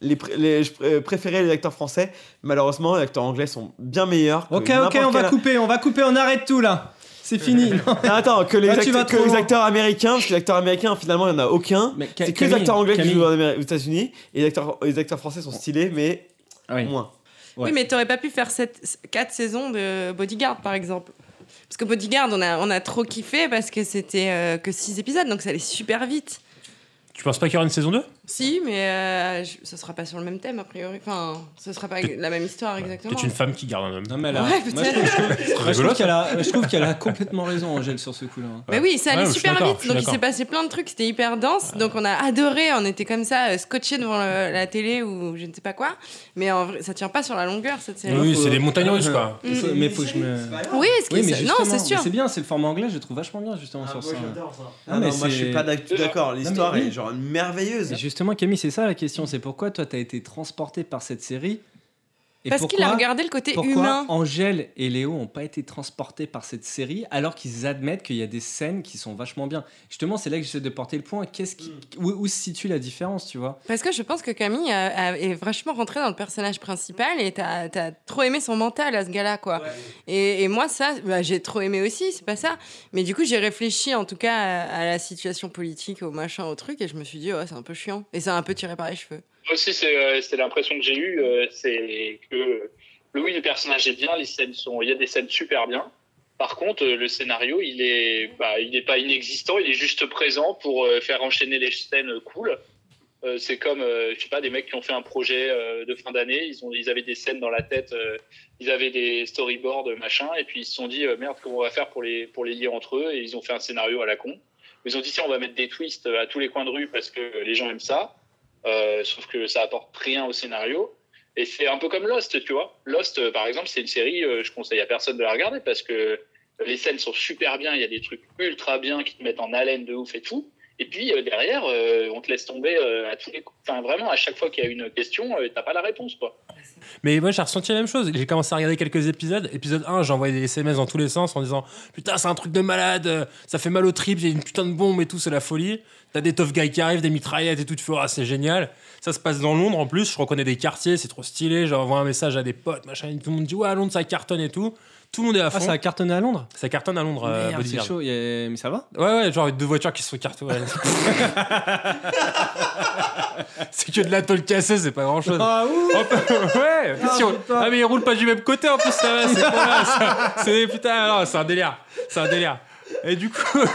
les, pr- les- je pr- euh, préférer les acteurs français. Malheureusement, les acteurs anglais sont bien meilleurs. que Ok, ok, n'importe on va quel- couper, on va couper, on arrête tout là. C'est fini. <laughs> Non. Non, attends, que les, Là, tu acteurs- vas que trop les loin. acteurs américains, parce que les acteurs américains, finalement, il n'y en a aucun. Ca- C'est que les acteurs anglais Camille. qui jouent en Amérique- aux États-Unis. Et les acteurs, les acteurs français sont stylés, mais moins. Oui, mais t'aurais pas pu faire cette, quatre saisons de Bodyguard, par exemple. Parce que Bodyguard, on a, on a trop kiffé parce que c'était euh, que six épisodes, donc ça allait super vite. Tu penses pas qu'il y aura une saison 2 Si, mais euh, je- ce sera pas sur le même thème, a priori. Enfin, ce sera pas Peut- la même histoire, exactement. Peut-être une femme qui garde un homme. Non, mais a- Ouais, peut-être. moi, je trouve- je trouve- Moi, je trouve qu'elle a, je trouve qu'elle a complètement raison, Angèle, sur ce coup-là. Mais oui, ça allait super vite, donc il s'est passé plein de trucs, c'était hyper dense, donc on a adoré, on était comme ça, euh, scotchés devant le- la télé ou je ne sais pas quoi, mais en vrai, ça tient pas sur la longueur cette série. Oui, c'est des montagnes russes, quoi. Mm. C'est- Mais faut que je me. Oui, est-ce que mais c'est- non, justement, c'est sûr. mais C'est bien, c'est le format anglais, je le trouve vachement bien justement sur Ah, ça. Ah non, moi, je suis pas d'ac- d'accord. L'histoire est genre merveilleuse. Et justement, Camille, c'est ça la question. C'est pourquoi toi, t'as été transporté par cette série et Parce qu'il a pourquoi- regardé le côté pourquoi humain. Angèle et Léo n'ont pas été transportés par cette série alors qu'ils admettent qu'il y a des scènes qui sont vachement bien. Justement, c'est là que j'essaie de porter le point. Qu'est-ce qui, Hmm. où, où se situe la différence, tu vois Parce que je pense que Camille a- a- est vachement rentrée dans le personnage principal et t'as t'as trop aimé son mental à ce gars-là, quoi. Et, et moi, ça, bah, j'ai trop aimé aussi, c'est pas ça. Mais du coup, j'ai réfléchi en tout cas à, à la situation politique, au machin, au truc, et je me suis dit, oh, c'est un peu chiant. Et ça a un peu tiré par les cheveux. Moi aussi, c'est euh, c'est l'impression que j'ai eue, euh, c'est que le oui, le personnage est bien, les scènes sont, il y a des scènes super bien. Par contre, euh, le scénario, il est, bah, il n'est pas inexistant, il est juste présent pour euh, faire enchaîner les scènes euh, cool. Euh, c'est comme, euh, je sais pas, des mecs qui ont fait un projet euh, de fin d'année, ils ont, ils avaient des scènes dans la tête, euh, ils avaient des storyboards, euh, machin, et puis ils se sont dit euh, merde, comment on va faire pour les, pour les lier entre eux, et ils ont fait un scénario à la con. Ils ont dit tiens, on va mettre des twists euh, à tous les coins de rue parce que euh, les gens aiment ça. Euh, sauf que ça apporte rien au scénario. Et c'est un peu comme Lost, tu vois. Lost, euh, par exemple, c'est une série, euh, je conseille à personne de la regarder parce que les scènes sont super bien, il y a des trucs ultra bien qui te mettent en haleine de ouf et tout. Et puis euh, derrière, euh, on te laisse tomber euh, à tous les coups. Enfin, vraiment, à chaque fois qu'il y a une question, euh, t'as pas la réponse, quoi. Mais moi, j'ai ressenti la même chose. J'ai commencé à regarder quelques épisodes. Épisode 1, j'ai envoyé des SMS dans tous les sens en disant Putain, c'est un truc de malade, euh, ça fait mal au trip, j'ai une putain de bombe et tout, c'est la folie. T'as des tough guys qui arrivent, des mitraillettes et tout, tu fais Ah, c'est génial. Ça se passe dans Londres en plus, je reconnais des quartiers, c'est trop stylé. J'envoie un message à des potes, machin, et tout le monde dit Ouais, à Londres, ça cartonne et tout. Tout le monde est à Ah, fond. Ah, ça a cartonné à Londres Ça cartonne à Londres, euh, Merde, c'est Bodyguard. chaud. il y a- Mais ça va Ouais, ouais, genre deux voitures qui se <laughs> font cartonner. c'est que de la tôle cassée, c'est pas grand chose. Ah ouh Ouais Ah, si on- putain. Ah mais ils roulent pas du même côté en plus ça va, c'est pour là, ça- C'est putain non, c'est un délire. C'est un délire. Et du coup. <laughs>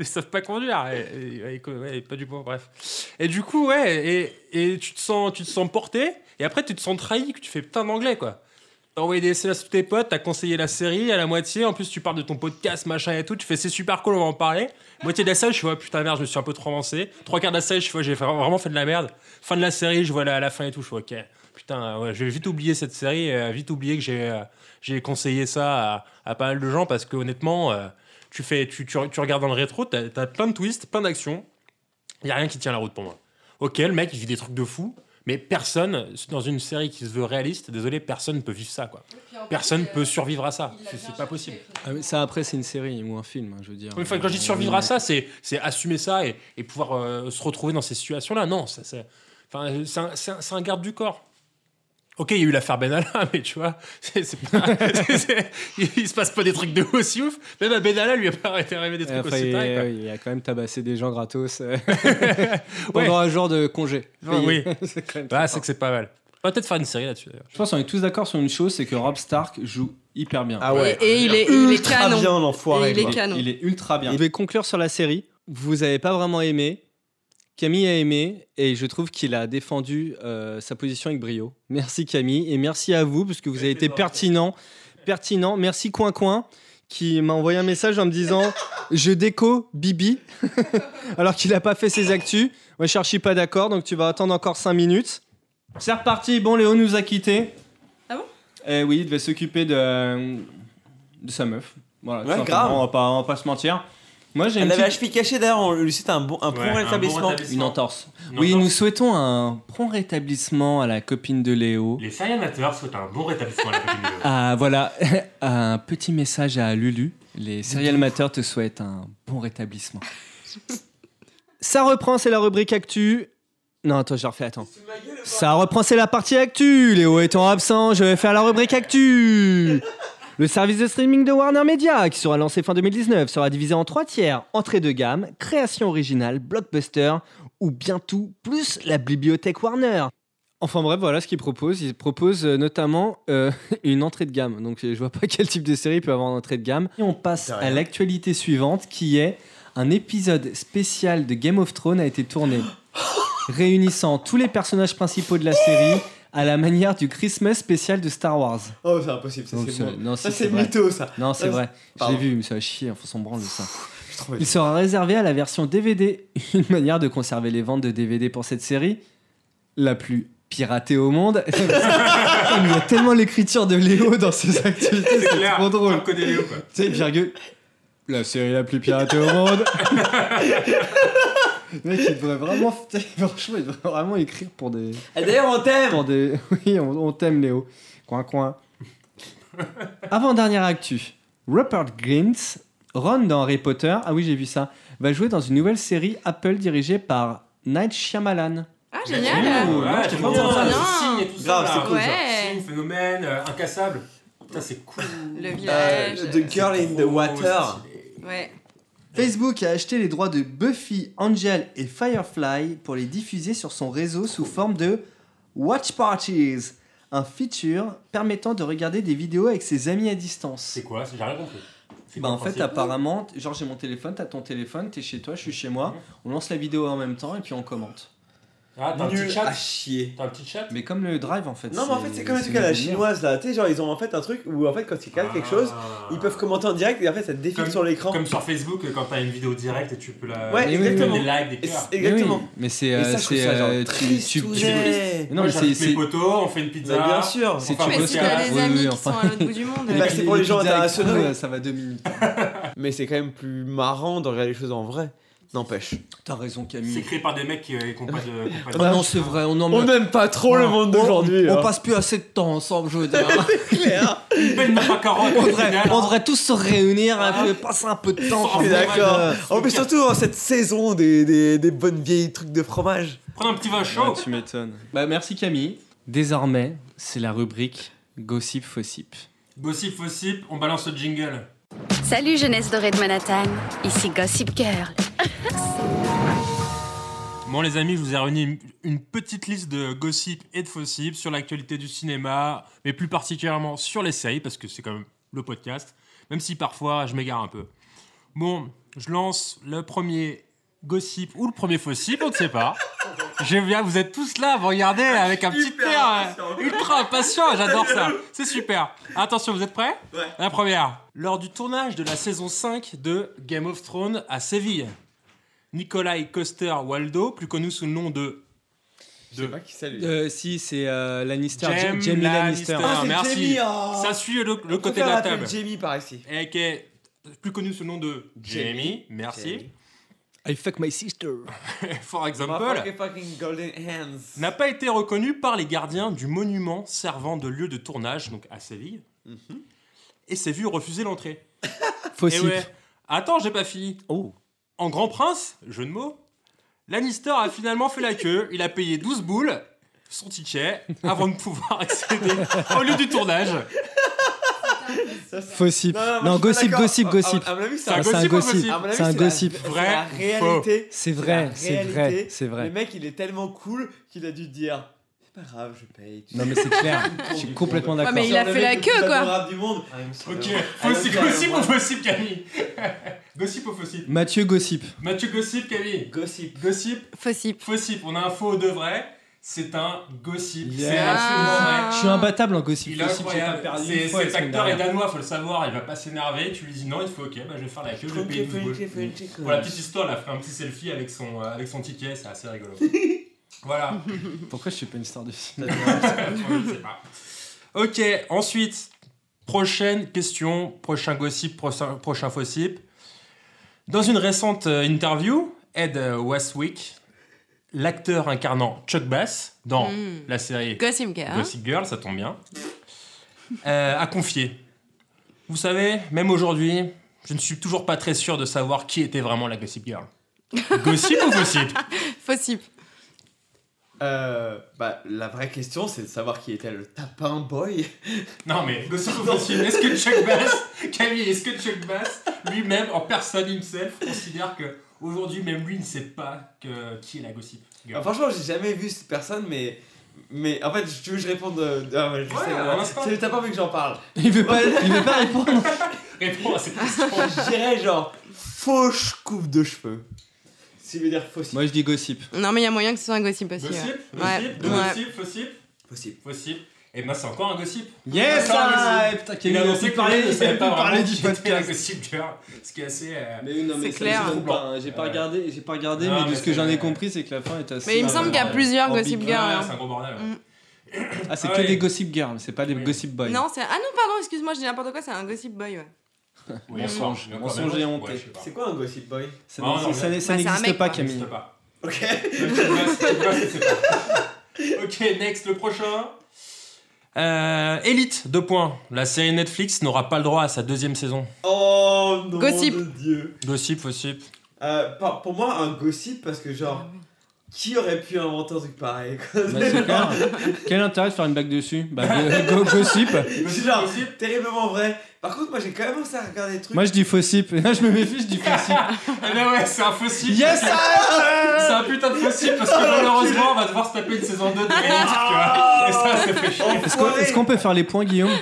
Ils savent pas conduire. et- et- et- ouais, et pas du bon, bref. Et du coup, ouais, et, et tu, te sens, tu te sens porté, et après tu te sens trahi, que tu fais putain d'anglais, quoi. T'as envoyé des SMS à tous tes potes, t'as conseillé la série à la moitié, en plus tu parles de ton podcast, machin et tout, tu fais c'est super cool, on va en parler. Moitié de la série, je vois putain merde, je me suis un peu trop avancé. Trois quarts de la série, je vois j'ai fa- vraiment fait de la merde. Fin de la série, je vois la, la fin et tout, je vois ok. Putain, ouais, je vais vite oublier cette série, euh, vite oublier que j'ai euh, j'ai conseillé ça à, à pas mal de gens parce que honnêtement, euh, tu, fais, tu, tu, tu regardes dans le rétro, t'as as plein de twists, plein d'actions, il n'y a rien qui tient la route pour moi. Ok, le mec, il vit des trucs de fou, mais personne, dans une série qui se veut réaliste, désolé, personne peut vivre ça, quoi. Personne euh, peut survivre à ça. C'est- C'est pas possible. Ah, mais Ça après, c'est une série ou un film, hein, je veux dire. Une fois que je dis Euh, survivre à ça, c'est c'est assumer ça et, et pouvoir euh, se retrouver dans ces situations-là. Non, ça, ça- enfin, c'est un- c'est un, c'est un garde du corps. Ok, il y a eu l'affaire Benalla, <laughs> mais tu vois, c'est c'est pas- <laughs> c'est- c'est- il se passe pas des trucs de aussi ouf. Même à Benalla, lui, a pas arrêté d'arriver des Et trucs après, aussi il, tarés, quoi. oui, il a quand même tabassé des gens gratos <laughs> euh, pendant un jour de congé. Ah, oui. payé. <laughs> C'est quand même Bah, très c'est fort. que c'est pas mal. On va peut-être faire une série là-dessus, d'ailleurs. Je pense qu'on est tous d'accord sur une chose, c'est que Rob Stark joue hyper bien. Ah ouais. Et- et il est- il est Ultra canon. bien, l'enfoiré, Et il est quoi. canon. Il est ultra bien. Je vais conclure sur la série. Vous avez pas vraiment aimé. Camille a aimé et je trouve qu'il a défendu euh, sa position avec brio. Merci Camille et merci à vous parce que vous avez été pertinent, pertinent. Merci Coin Coin qui m'a envoyé un message en me disant <laughs> Je déco Bibi, <laughs> alors qu'il n'a pas fait ses actus. Moi, je suis archi pas d'accord, donc tu vas attendre encore 5 minutes. C'est reparti. Bon, Léo nous a quittés. Ah bon Eh oui, il devait s'occuper de, de sa meuf. Voilà, Ouais, tout simplement, grave. On va pas, on va pas se mentir. Moi, j'ai Elle une avait la petite- cheville cachée d'ailleurs, on lui souhaite un bon, un bon Ouais, un bon rétablissement. rétablissement. Une entorse. Oui, nous souhaitons un prompt rétablissement à la copine de Léo. Les séries amateurs souhaitent un bon rétablissement à la copine de Léo. Ah, voilà, <laughs> un petit message à Lulu. Les serial mateurs te souhaitent un bon rétablissement. Ça reprend, c'est la rubrique Actu. Non, attends, je la refais, attends. Ça reprend, c'est la partie Actu. Léo étant absent, je vais faire la rubrique Actu. Le service de streaming de Warner Media, qui sera lancé fin 2019, sera divisé en trois tiers entrée de gamme, création originale, blockbuster, ou bien tout, plus la bibliothèque Warner. Enfin bref, voilà ce qu'ils proposent. Ils proposent euh, notamment euh, une entrée de gamme. Donc euh, je vois pas <laughs> quel type de série peut avoir une entrée de gamme. Et on passe à l'actualité suivante qui est un épisode spécial de Game of Thrones a été tourné, réunissant tous les personnages principaux de la série à la manière du Christmas spécial de Star Wars. Oh, c'est impossible, ça Donc, c'est ça- bon. non, ça si, c'est vrai. mytho ça. Non, c'est Ça, vrai. Je l'ai Pardon. vu, mais ça va chier, hein, faut s'en branle ça. trop Il sera réservé à la version DVD, <laughs> une manière de conserver les ventes de DVD pour cette série, la plus piratée au monde. <laughs> Il y a tellement l'écriture de Léo dans ses activités, c'est trop drôle. Tu sais, virgule, la série la plus piratée au monde. Le Mec, il devrait vraiment, franchement, il devrait vraiment écrire pour des. Et Ah, d'ailleurs, on t'aime Pour des... <laughs> Oui, on, on t'aime, Léo. Coin, coin. Avant-dernière actu. Rupert Grint, Ron dans Harry Potter, ah oui, j'ai vu ça, va jouer dans une nouvelle série Apple dirigée par Night Shyamalan. Ah, génial Ouh, non, Ouais, Ah, je t'ai j'aime pas bien, entendu. le signe et tout ça, Grave, là. c'est cool, ça. Ouais. Signe, phénomène, euh, incassable. Putain, c'est cool. Le Euh, village. the <laughs> Girl in the Water. Ouais. Facebook a acheté les droits de Buffy, Angel et Firefly pour les diffuser sur son réseau sous forme de Watch Parties, un feature permettant de regarder des vidéos avec ses amis à distance. C'est quoi J'ai rien compris. C'est Bah quoi en le fait principe apparemment, t- genre j'ai mon téléphone, t'as ton téléphone, t'es chez toi, je suis chez moi, on lance la vidéo en même temps et puis on commente. Ah, t'as un Nul petit chat à chier. T'as un petit chat Mais comme le drive en fait. Non, mais en fait, c'est comme un truc à la délire. chinoise là. Tu sais, genre, ils ont en fait un truc où en fait, quand ils calent quelque chose, ils peuvent commenter en direct et en fait, ça te défile sur l'écran. Comme sur Facebook, euh, quand t'as une vidéo directe et tu peux la. Ouais, tu peux exactement. Des likes, des Et cœurs. c'est- exactement. Mais oui, Mais c'est. Et euh, ça, je trouve c'est, ça, genre, euh, tu- tu- tu- tristounet. Non, Moi, mais j'invite c'est. mes c'est- potos, on fait une pizza. Mais bien sûr. on C'est fait un tu Mais bosses c'est quoi t'as des Oui, amis oui, qui enfin. sont à l'autre bout du <laughs> monde. Et bah, c'est pour les gens Pizza avec internationaux. tout, euh, Ça va deux minutes. Mais c'est quand même plus marrant de regarder les choses en vrai. N'empêche. T'as raison, C'est Camille. créé par des mecs qui n'ont pas de. qui ont pas de- Ah non, c'est vrai, on en On n'aime pas trop le monde d'aujourd'hui. On hein. passe plus assez de temps ensemble, je veux <laughs> dire. hein. Une belle mama carotte. On devrait, on devrait tous se réunir, et puis passer un peu de temps. Je suis Ah. d'accord. Euh, Oh, mais surtout en cette saison des, des, des bonnes vieilles trucs de fromage. Prends un petit vin chaud. tu m'étonnes. Bah merci Camille. Désormais, c'est la rubrique Gossip Fossip. Gossip, fossip, on balance le jingle. Salut jeunesse dorée de Manhattan, ici Gossip Girl. Bon les amis, je vous ai réuni une, une petite liste de gossip et de fossip sur l'actualité du cinéma, mais plus particulièrement sur les séries, parce que c'est quand même le podcast, même si parfois je m'égare un peu. Bon, je lance le premier gossip ou le premier fossip, on ne sait pas. Je viens, vous êtes tous là, vous regardez avec un petit air euh, ultra impatient, j'adore ça. C'est super. Attention, vous êtes prêts La première. Lors du tournage de la saison 5 de Game of Thrones à Séville, Nikolai Coster Waldo, plus connu sous le nom de Je sais pas qui salue. Euh, si, c'est Lannister. Jaime Jamie Lannister. Lannister. Ah, c'est merci. Jamie, oh. Ça suit le, le On côté de préfère la l'appeler table. Jamie par ici. Et qui est plus connu sous le nom de Jamie. Jamie. Merci. Jamie. Ah, I fuck my sister. <laughs> For example. Motherfucking fucking golden hands. n'a pas été reconnu par les gardiens du monument servant de lieu de tournage, donc à Séville, et s'est vu refuser l'entrée. Et Eh Fossip. Eh ouais. Attends, j'ai pas fini. Oh. En grand prince, jeu de mots, Lannister a finalement fait la queue, il a payé 12 boules, son ticket, avant de pouvoir accéder au lieu du tournage. Fossip. Non, non, moi, Non, je suis pas gossip, d'accord. gossip, À- gossip. à- à mon avis, c'est Ah, un c'est un gossip ou gossip. possible À mon avis, C'est un la- gossip. c'est Vrai, la faux. réalité. C'est vrai, la c'est réalité. vrai, c'est vrai. Le mec, il est tellement cool qu'il a dû dire C'est pas grave, je paye. Tu Non, sais, mais c'est clair. le Je tour suis du complètement monde. d'accord. mais il a Le fait mec la le queue, plus quoi. adorable du monde. Ah, il me semble. Ok, Ah, il me Fossip, semble. gossip ou possible, Camille <laughs> Gossip ou possible Mathieu Gossip. Mathieu Gossip, Camille Gossip. Gossip, Fossip. Fossip, on a un faux de vrai. c'est un gossip. Yeah. C'est absolument vrai. Je suis Ah. imbattable en gossip. Il est gossip, j'ai pas incroyable. perdu une C'est- fois Cet la semaine acteur est dernière. danois, faut le savoir. Il va pas s'énerver. Tu lui dis non, il te fait ok, bah, je vais faire la queue, je vais payer 12 Funky, boules. funky, Pour la petite histoire, il a fait un petit selfie avec son, euh, avec son ticket, c'est assez rigolo. voilà. Pourquoi je suis pas une star de film Je sais pas. Ok, ensuite, prochaine question, prochain gossip, prochain, prochain fossip. Dans une récente euh, interview, Ed euh, Westwick, l'acteur incarnant Chuck Bass dans Mm. la série Gossip Girl. Gossip Girl, ça tombe bien, euh, a confié Vous savez, même aujourd'hui, je ne suis toujours pas très sûr de savoir qui était vraiment la Gossip Girl. Gossip ou gossip Fossip. Euh, bah, la vraie question, c'est de savoir qui était le tapin boy. Non mais, gossip ou gossip Est-ce que Chuck Bass, Camille, est-ce que Chuck Bass, lui-même, en personne himself, considère que aujourd'hui même lui ne sait pas que, qui est la gossip girl Ah, franchement, j'ai jamais vu cette personne, mais. Mais en fait, tu veux que je réponde. euh, ah, ouais, je Ouais, sais, à ouais. l'instant. C'est- T'as pas envie que j'en parle. Il veut pas, il <laughs> veut pas répondre. Réponds à cette Ah, question. Je dirais genre fauche coupe de cheveux. Ce qui veut dire fausse. Moi je dis gossip. Non, mais il y a moyen que ce soit un gossip aussi. hein. Gossip ouais. Gossip Ouais, Deux ouais. gossip Fossip Possible. Fossip Et ben c'est encore un gossip Yes, Encore un ah, gossip. putain, Kevin, Il a il a annoncé pu que parler- lui, il il a savait pu pas parler parler du du podcast podcast. Gossip Girl Ce qui est assez euh, Mais non, mais C'est clair. c'est troublant, hein. J'ai pas Ouais. regardé, j'ai pas regardé, Non, mais de mais ce que j'en c'est- ai compris, c'est que la fin est assez. Mais il me semble qu'il y a plusieurs ambiguë. Gossip Girl. Ah Ouais, hein. c'est un gros bordel ouais. Ah, c'est Ah que ouais. des gossip girls, c'est pas des gossip boys. Non, c'est. Ah non, pardon, excuse-moi, je dis n'importe quoi, c'est un gossip boy, ouais. Oui, Mensonge, d'accord, mensonge mais et ouais, honte. je sais pas. C'est quoi un gossip boy Ça <laughs> Ah, non, n'existe- mais- ça- ça Bah, c'est un n'existe mec, pas, quoi. Camille. N'existe pas. <laughs> Ok. <laughs> ok, next, le prochain. Euh, Elite, deux points. La série Netflix n'aura pas le droit à sa deuxième saison. Oh non Gossip. de Dieu. Gossip, gossip. Euh, par- pour moi, un gossip parce que genre. Qui aurait pu inventer un truc pareil quoi Bah, <laughs> c'est clair. Quel intérêt de faire une blague dessus Bah, go- go- gossip. C'est genre terriblement vrai. Par contre, moi j'ai quand même commencé à regarder des trucs. Moi je dis fossip. Là, je me méfie, je dis fossip. Eh ben ouais, c'est un fossile. <laughs> Yes, C'est un putain de fossile <laughs> parce que malheureusement, on va devoir se taper une saison 2 de Elite. tu vois. Et ça, c'est fait chier. Est-ce qu'on est-ce qu'on peut faire les points, Guillaume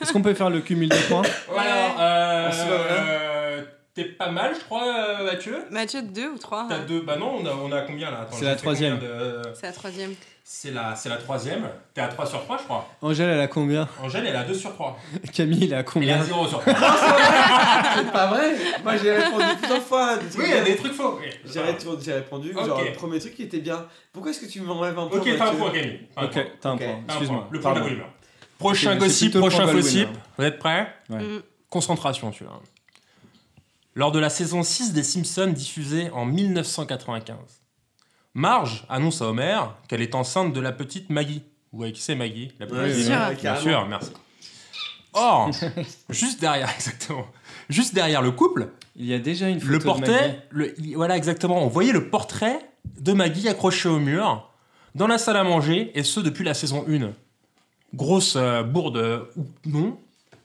Est-ce qu'on peut faire le cumul des points Alors, euh, On se voit, hein. euh, t'es pas mal, je crois, euh, Mathieu. Mathieu, deux ou trois T'as hein. deux. Bah non, on a, on a combien là Attends, C'est je la fais troisième. combien de- euh, C'est la troisième. C'est la, c'est la troisième. T'es à 3 sur 3, je crois. Angèle, elle a combien <laughs> Angèle, elle a 2 sur 3. Camille, elle a Il a combien 0 sur 3. C'est pas vrai Moi j'ai répondu plusieurs fois. à des trucs oui, il y a des trucs faux. Oui. J'ai répondu, j'ai répondu Ok. genre le premier truc qui était bien. Pourquoi est-ce que tu m'enlèves un point Ok, t'as un Mathieu point, Camille. T'as un Ok, point. t'as un Ok. point, T'as un excuse-moi. point. Le point Pardon. de la Bolivie. Prochain c'est gossip, plutôt le prochain point de la gossip. Bolivie, hein. Vous êtes prêts Ouais. Mm. Concentration, celui-là. Lors de la saison 6 des Simpsons diffusée en 1995, Marge annonce à Homer qu'elle est enceinte de la petite Maggie. Vous voyez qui c'est Maggie La petite Ouais, Maggie. sûr. ouais, Bien carrément. sûr, merci. Or, <laughs> juste derrière, <laughs> exactement, juste derrière le couple, Il y a déjà une photo le de Maggie. portrait, le, il- voilà exactement, on voyait le portrait de Maggie accroché au mur dans la salle à manger, et ce depuis la saison 1. Grosse euh, bourde euh, ou non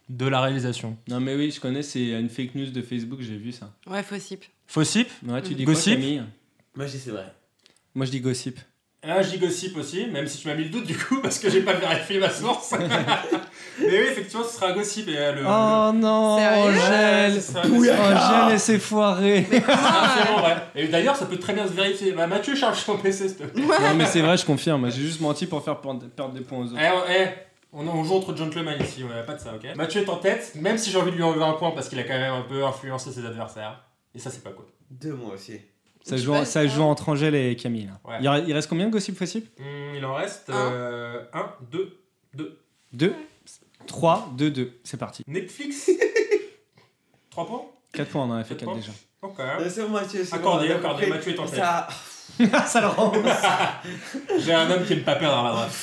de la réalisation. Non mais oui, je connais, c'est une fake news de Facebook, j'ai vu ça. Ouais, <laughs> Fossip. Fossip Ouais, tu dis Gossip quoi, Camille Moi j'ai c'est vrai. Moi, je dis gossip. Ah, j'y gossip aussi, même si tu m'as mis le doute du coup, <laughs> parce que j'ai pas vérifié ma <laughs> source. Mais oui, effectivement, ce sera gossip. Et, euh, le, Oh non, Sérieux Ouais, Angèle c'est ça, Angèle, elle s'est foirée le- c'est vraiment vrai. Et d'ailleurs, ça peut très bien se vérifier. Bah, Mathieu, charge ton PC, s'il te plaît. Non mais c'est vrai, je confirme, j'ai juste menti pour faire perdre perdre des points aux autres. Eh, on- eh, on, on joue entre gentlemen ici, on a pas de ça, ok Mathieu est en tête, même si j'ai envie de lui enlever un point parce qu'il a quand même un peu influencé ses adversaires. Et ça, c'est pas cool. Deux mois aussi. Ça Je joue, sais pas, ça ça. joue entre Angèle et Camille. là. Ouais. Il, re- il reste combien de gossip possible Hmm, il en reste euh, Un. 1, 2, 2. 2, 3, 2, 2. C'est parti. Netflix 3 points 4 points, on en a fait Quatre 4 déjà. Ok. hein. Non, C'est bon, Mathieu. c'est bon, Ah. Accordé, on a accordé, compris. Mathieu est en tête. Ça, ça le rend J'ai un homme qui aime pas perdre à la <laughs> draft.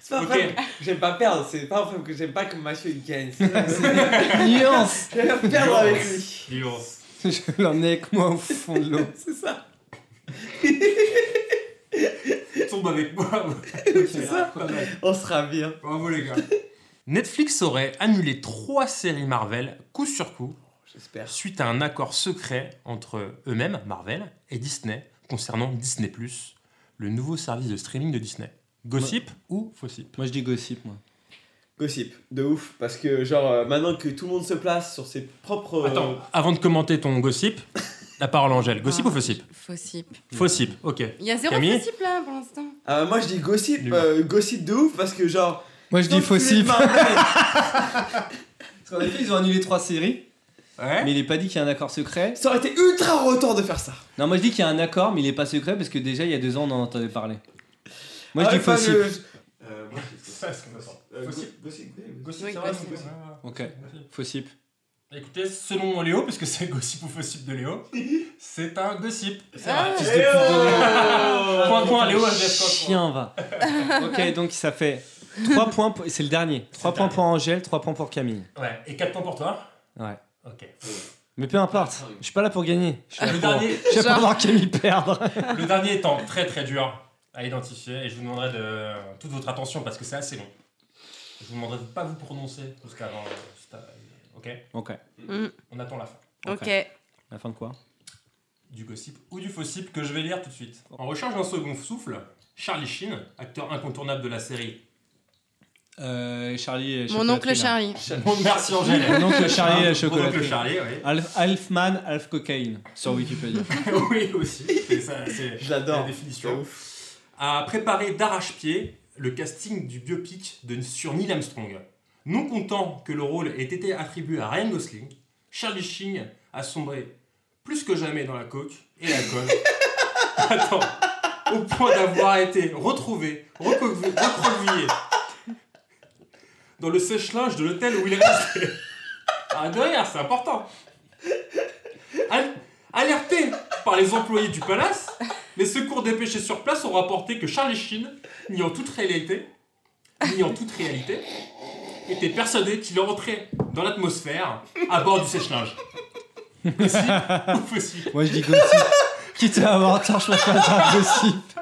c'est pas un Ok. problème. J'aime pas perdre, c'est pas un problème que j'aime pas que Mathieu il gagne. C'est- <laughs> Nuance <laughs> J'aime perdre avec lui. Violence. Je l'emmène avec moi au fond de l'eau. C'est ça. Tombe avec moi. C'est ça. Pas mal. On sera bien. Bravo les gars. Netflix aurait annulé 3 séries Marvel coup sur coup J'espère. suite à un accord secret entre eux-mêmes, Marvel, et Disney, concernant Disney ⁇ le nouveau service de streaming de Disney. Gossip ou Fossip Moi, je dis gossip, moi. Gossip, de ouf, parce que genre euh, maintenant que tout le monde se place sur ses propres. euh, Attends, avant de commenter ton gossip, la parole Angèle. Gossip Ah. ou Fossip Fossip. Fossip, ok. Il y a zéro Camille Fossip là pour l'instant. Euh, moi je dis gossip, euh, gossip de ouf parce que genre. Moi je dis fossip. <laughs> parce qu'en effet, ils ont annulé trois séries. Mais il est pas dit qu'il y a un accord secret. Ça aurait été ultra retard de faire ça. Non, moi je dis qu'il y a un accord, mais il est pas secret parce que déjà il y a deux ans on en entendait parler. Moi Ah, je dis mais pas fossip. le- Euh, Moi, c'est ça ce qu'on attend. Gossip, Euh, gossip, gossip, Oui, ça va, gossip. gossip. Ok, fossip. Écoutez, selon Léo, parce que c'est gossip ou fossip de Léo, <laughs> c'est un gossip. C'est Ah, un fils de Eh, Léo oh pute. Point, point, Léo, Euh, Chien va. <laughs> ok, donc ça fait 3 points, pour- c'est le dernier. 3 points pour Angèle, 3 points pour Camille. Ouais, et 4 points pour toi. Ouais. Ok. Mais peu importe, je suis pas là pour gagner. Je suis là Le pour, dernier- je suis là pour Genre- voir Camille perdre. Le dernier étant très très dur à identifier et je vous demanderai de toute votre attention parce que c'est assez long. Je vous demanderai de ne pas vous prononcer jusqu'avant. juste à- Ok <laughs> Ok. Mm. On attend la fin. Ok. Ok. La fin de quoi Du gossip ou du fossip que je vais lire tout de suite. En recherche d'un second souffle, Charlie Sheen, acteur incontournable de la série. Euh, Charlie et Mon oncle Charlie. Bon, merci Angèle. Hein, Mon oncle Charlie et Mon chocolat. oncle Charlie, oui. <laughs> Alf, Alfman, Alf Cocaine sur Wikipédia. oui, aussi. C'est ça, c'est la définition. A préparé d'arrache-pied le casting du biopic de, sur Neil Armstrong. Non content que le rôle ait été attribué à Ryan Gosling, Charlie Sheen a sombré plus que jamais dans la coke et l'alcool. Attends, au point d'avoir été retrouvé, recroquevillé, recroquevillé dans le sèche-linge de l'hôtel où il est resté. Ah, de rien, c'est important. Al- alerté par les employés du palace, les secours dépêchés sur place ont rapporté que Charlie Sheen, ni en toute réalité, ni en toute réalité, était persuadé qu'il entrait dans l'atmosphère à bord du sèche-linge. Possible ou possible <laughs> Moi je dis gossip. Quitte à avoir tort, je pense pas que c'est un gossip.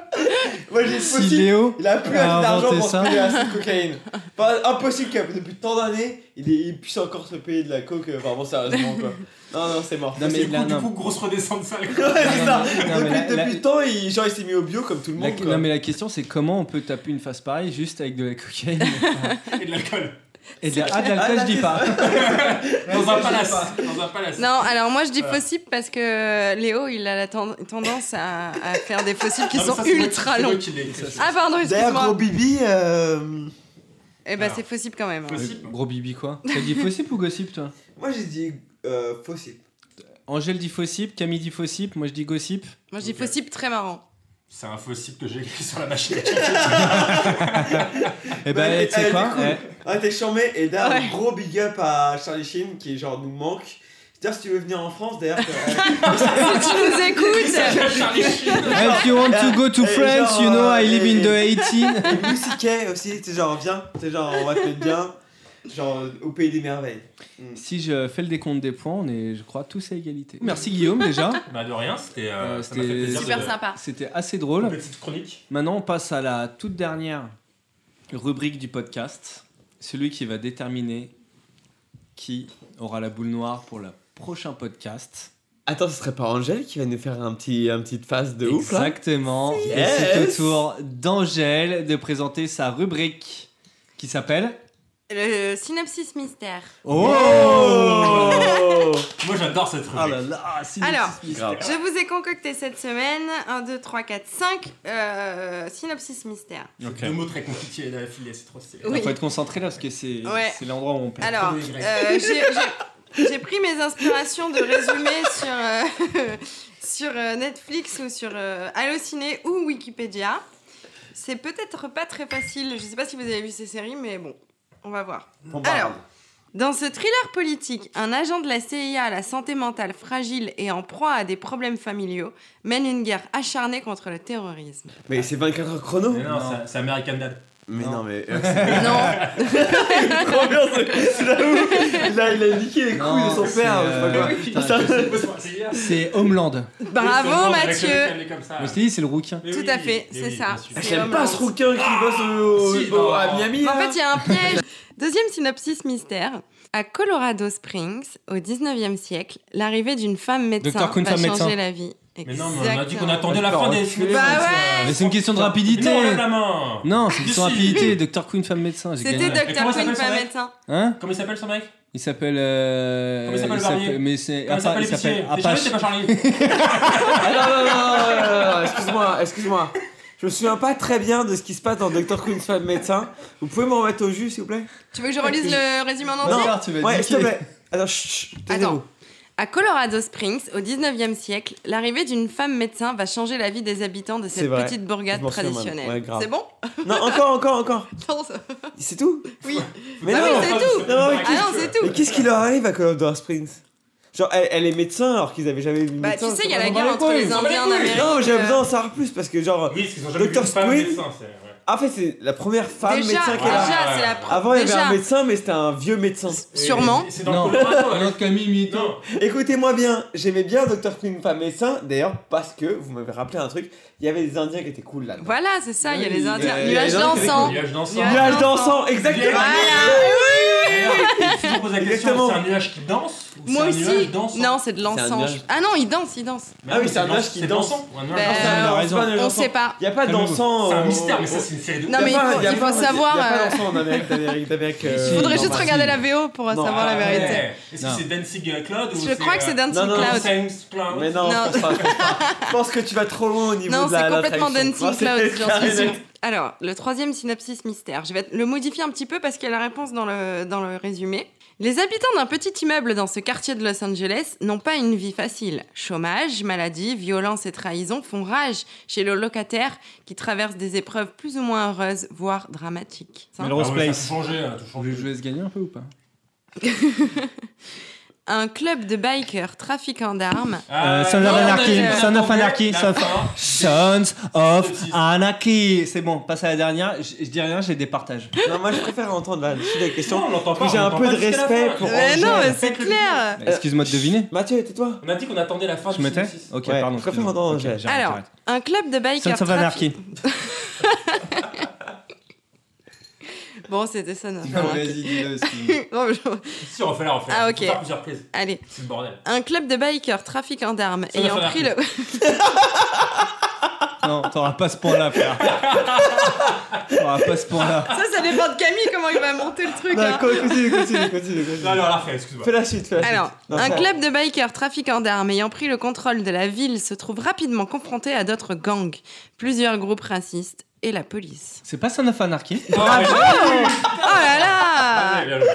Moi j'ai Si Léo il a plus assez d'argent Ah, inventé pour ça. se payer assez de cocaïne. Enfin, impossible que depuis tant d'années, il, est- il puisse encore se payer de la coke, euh, vraiment sérieusement quoi. Non, non, c'est mort. <laughs> Non, mais C'est il a- coup, non. coup, grosse redescente sale. Ouais, c'est ça. non, mais la- depuis la- depuis le temps, il, genre, il s'est mis au bio comme tout le La- monde. quoi. non mais la question c'est comment on peut taper une face pareille juste avec de la cocaïne et de l'alcool. et de la- C'est ah de clair. l'alcool Ah, je dis pas. Dans un palace. Dans un palace. Non, alors moi je dis Voilà. possible parce que euh, Léo il a la ten- tendance à, à faire des fossiles qui Ah, mais sont ça, c'est moi- ultra c'est moi longs. qui l'ai écrit, ça. Ah pardon, D'ailleurs, gros excuse-moi. Bibi. euh, Eh ben c'est possible quand même. hein. Euh, Gros bibi quoi. T'as dit fossip ou gossip toi Moi j'ai dit euh, fossile. Angèle dit fossip, Camille dit fossip, moi je dis gossip. Moi je dis possible très marrant. <laughs> C'est un faux site que j'ai écrit sur la machine à café. Eh ben, Ouais, tu sais eh, quoi du coup, Eh, ouais, t'es charmé et d'un Ouais. gros big up à Charlie Sheen qui genre nous manque. D'ailleurs, si tu veux venir en France, d'ailleurs. si <laughs> tu nous <laughs> écoutes. Charlie Sheen. Eh, If you want to go to France, you know I live in the 18. Et Lucy Kay aussi, c'est genre viens, c'est genre on va te mettre bien, genre au pays des merveilles. Mm. Si je fais le décompte des points, on est, je crois, tous à égalité. Merci Guillaume déjà. Bah, de rien, c'était. euh, Euh, ça m'a fait plaisir de- C'était assez drôle. Petite chronique. Maintenant, on passe à la toute dernière rubrique du podcast. Celui qui va déterminer qui aura la boule noire pour le prochain podcast. Attends, ce serait pas Angèle qui va nous faire un petit, un petite phase de ouf là Exactement. Si. Et c'est Yes. au tour d'Angèle de présenter sa rubrique qui s'appelle Le synopsis mystère. Oh Moi j'adore cette <laughs> rubrique. Ah là là, synopsis Alors, mystère. je vous ai concocté cette semaine 1, 2, 3, 4, 5 euh, synopsis mystère. Ok. Deux mots très compliqués à filer, c'est trop stylé. Il Oui. faut être concentré là parce que c'est Ouais. c'est l'endroit où on perd. Alors, euh, j'ai- j'ai- j'ai pris mes inspirations de résumés <laughs> sur, euh, <laughs> sur euh, Netflix ou sur euh, Allociné ou Wikipédia. C'est peut-être pas très facile, je sais pas si vous avez vu ces séries, mais bon, on va voir. bah, Alors, dans ce thriller politique, un agent de la CIA à la santé mentale fragile et en proie à des problèmes familiaux mène une guerre acharnée contre le terrorisme. Mais c'est 24 heures chrono Mais non, c'est- c'est American Dad. Mais non, mais. <laughs> Non. c'est là où là, il a niqué les couilles Non, de son c'est, père. euh, je sais pas quoi. putain, Putain. C'est Homeland. Bravo Mathieu Je t'ai dit, c'est le rouquin. Tout à fait, c'est ça. C'est J'aime pas Homeland. ce rouquin qui bosse au, si, au- non. à Miami. En fait, il y a un piège. Hein. <laughs> Deuxième synopsis mystère. À Colorado Springs, au 19e siècle, l'arrivée d'une femme médecin Docteur Kuhn, va femme changer médecin. la vie. Mais non, mais on a dit qu'on Exactement. attendait la fin des films. Bah ouais Mais c'est une question de rapidité. Mais non, lève la main. Non, c'est une Ici. question de rapidité. Docteur Queen, femme médecin. j'ai C'était gagné. Et comment il Docteur Quinn, s'appelle, femme ce mec médecin. Hein Comment il s'appelle ce mec Il s'appelle. euh, Comment il s'appelle le barbier Mais c'est. Comment il Apa- s'appelle l'épicier T'es jamais, <laughs> Apache. c'est pas Charlie Ah, non, non, non, non, non, non, excuse-moi, excuse-moi. Je Je me souviens pas très bien de ce qui se passe dans Dr. Queen's Femme Médecin. Vous pouvez m'en mettre au jus, s'il vous plaît Tu veux que je relise le résumé en Non, entier tu vas ouais, s'il te plaît. Attends, chut, chut, Attends. À Colorado Springs, au 19e siècle, l'arrivée d'une femme médecin va changer la vie des habitants de C'est cette vrai. petite Je bourgade m'en souviens maintenant. traditionnelle. Ouais, grave. c'est bon taisez-vous. Non, encore, encore, encore. Non, ça- C'est tout Oui. Mais Bah non oui, c'est tout. Non, mais <laughs> Ah qu'est-ce non, que- c'est tout. Mais qu'est-ce qui leur arrive à Colorado Springs Genre, elle, elle est médecin alors qu'ils avaient jamais vu de Bah, médecin. tu sais, il y a ça la m'en bat guerre entre couilles, les ça m'en bat Indiens couilles. d'Amérique, Non, j'avais euh, besoin d'en savoir plus parce que, genre, Oui, parce qu'ils ont jamais vu Dr. une femme Squid. médecin, c'est- ouais. En fait, c'est la première femme Déjà, médecin qu'elle déjà, a. c'est la pr- Avant, il y avait déjà. un médecin, mais c'était un vieux médecin. Sûrement. C'est Non. dans le Colorado. Non, Camille Mito. Écoutez-moi bien, j'aimais bien Dr. Queen, femme médecin, d'ailleurs parce que, vous m'avez rappelé un truc, il y avait des Indiens qui étaient cool là. Voilà, c'est ça, il y a les Indiens. euh, Nuages les Indiens qui étaient dansant. cool. Nuages dansant. Nuage dansant, exactement Et Si je vous pose la question, Exactement. c'est un nuage qui danse ou Moi c'est un nuage aussi. dansant Non, c'est de l'encens. nuage. Ah non, il danse, il danse. Mais Ah oui, non, c'est un dans- nuage qui c'est danse. dansant, ou un nuage Ben, dansant. Non, c'est pas un nuage On dansant. sait pas. Il n'y a pas dansant. C'est un euh, mystère, au- mais ça, c'est une série de Bah. Non, y a mais il pas- faut- y a il pas- faut savoir, Il n'y a pas euh, dansant en <laughs> Amérique d'Amérique. d'Amérique, euh, Il faudrait non, juste bah, regarder si. la VO pour euh, Non, savoir la ah vérité. Ouais. Est-ce que Non. c'est Dancing Cloud ou euh, Je crois que c'est Dancing Non, non, non, Cloud. Dancing Cloud Mais non, Non. Je, pense pas, je pense pas. Je pense que tu vas trop loin au niveau Non, de c'est la la complètement traduction. Dancing Non, c'est Cloud, j'en clair et suis sûre. net. Alors, le troisième synopsis mystère. Je vais le modifier un petit peu parce qu'il y a la réponse dans le, dans le résumé. Les habitants d'un petit immeuble dans ce quartier de Los Angeles n'ont pas une vie facile. Chômage, maladie, violence et trahison font rage chez le locataire qui traverse des épreuves plus ou moins heureuses, voire dramatiques. Ça Melrose Ah ouais, ça a Place. tout changé, hein, tout Vous voulez jouer à ce gagnant un peu ou pas Un club de bikers trafiquants d'armes. Ah, Euh, Sons of Non, Anarchy, mais- Sons of Anarchy, la Sons fin. of, Sons of Anarchy. C'est bon, passe à la dernière. Je, je dis rien, j'ai des partages. Non, moi je préfère entendre la suite de la question. Non, on l'entend pas, J'ai on un l'entend peu pas de jusqu'à la respect fin. pour. euh, Mais non, Angèle. mais c'est clair. Excuse-moi de deviner. Mathieu, tais-toi. On a dit qu'on attendait la fin du Je me tais synopsis. Ok, Ouais, pardon. je préfère excuse-moi. entendre Ok, Angèle. j'arrête, Alors, j'arrête. un club de bikers Sons of trafiquants. Anarchy. <laughs> Bon, c'était ça. notre- Ah dis-le <laughs> Bon, je- Si, on refait la refait. Ah, Faut ok. faire plusieurs prises. Allez. C'est le bordel. Un club de bikers trafiquants d'armes Sons of ayant Anarchy. pris <laughs> le. Non, t'auras pas ce point-là, frère. t'auras pas ce point-là. Ça, ça dépend de Camille comment il va monter le truc. hein. Non, continue, continue, continue. continue. Non, alors, la refait, excuse-moi. Fais la suite, fais la suite. Alors, Non, un ça- club de bikers trafiquants d'armes ayant pris le contrôle de la ville se trouve rapidement confronté à d'autres gangs, plusieurs groupes racistes et la police. C'est pas Son of Anarchy Ah, mais- Oh là Ah, là bien joué.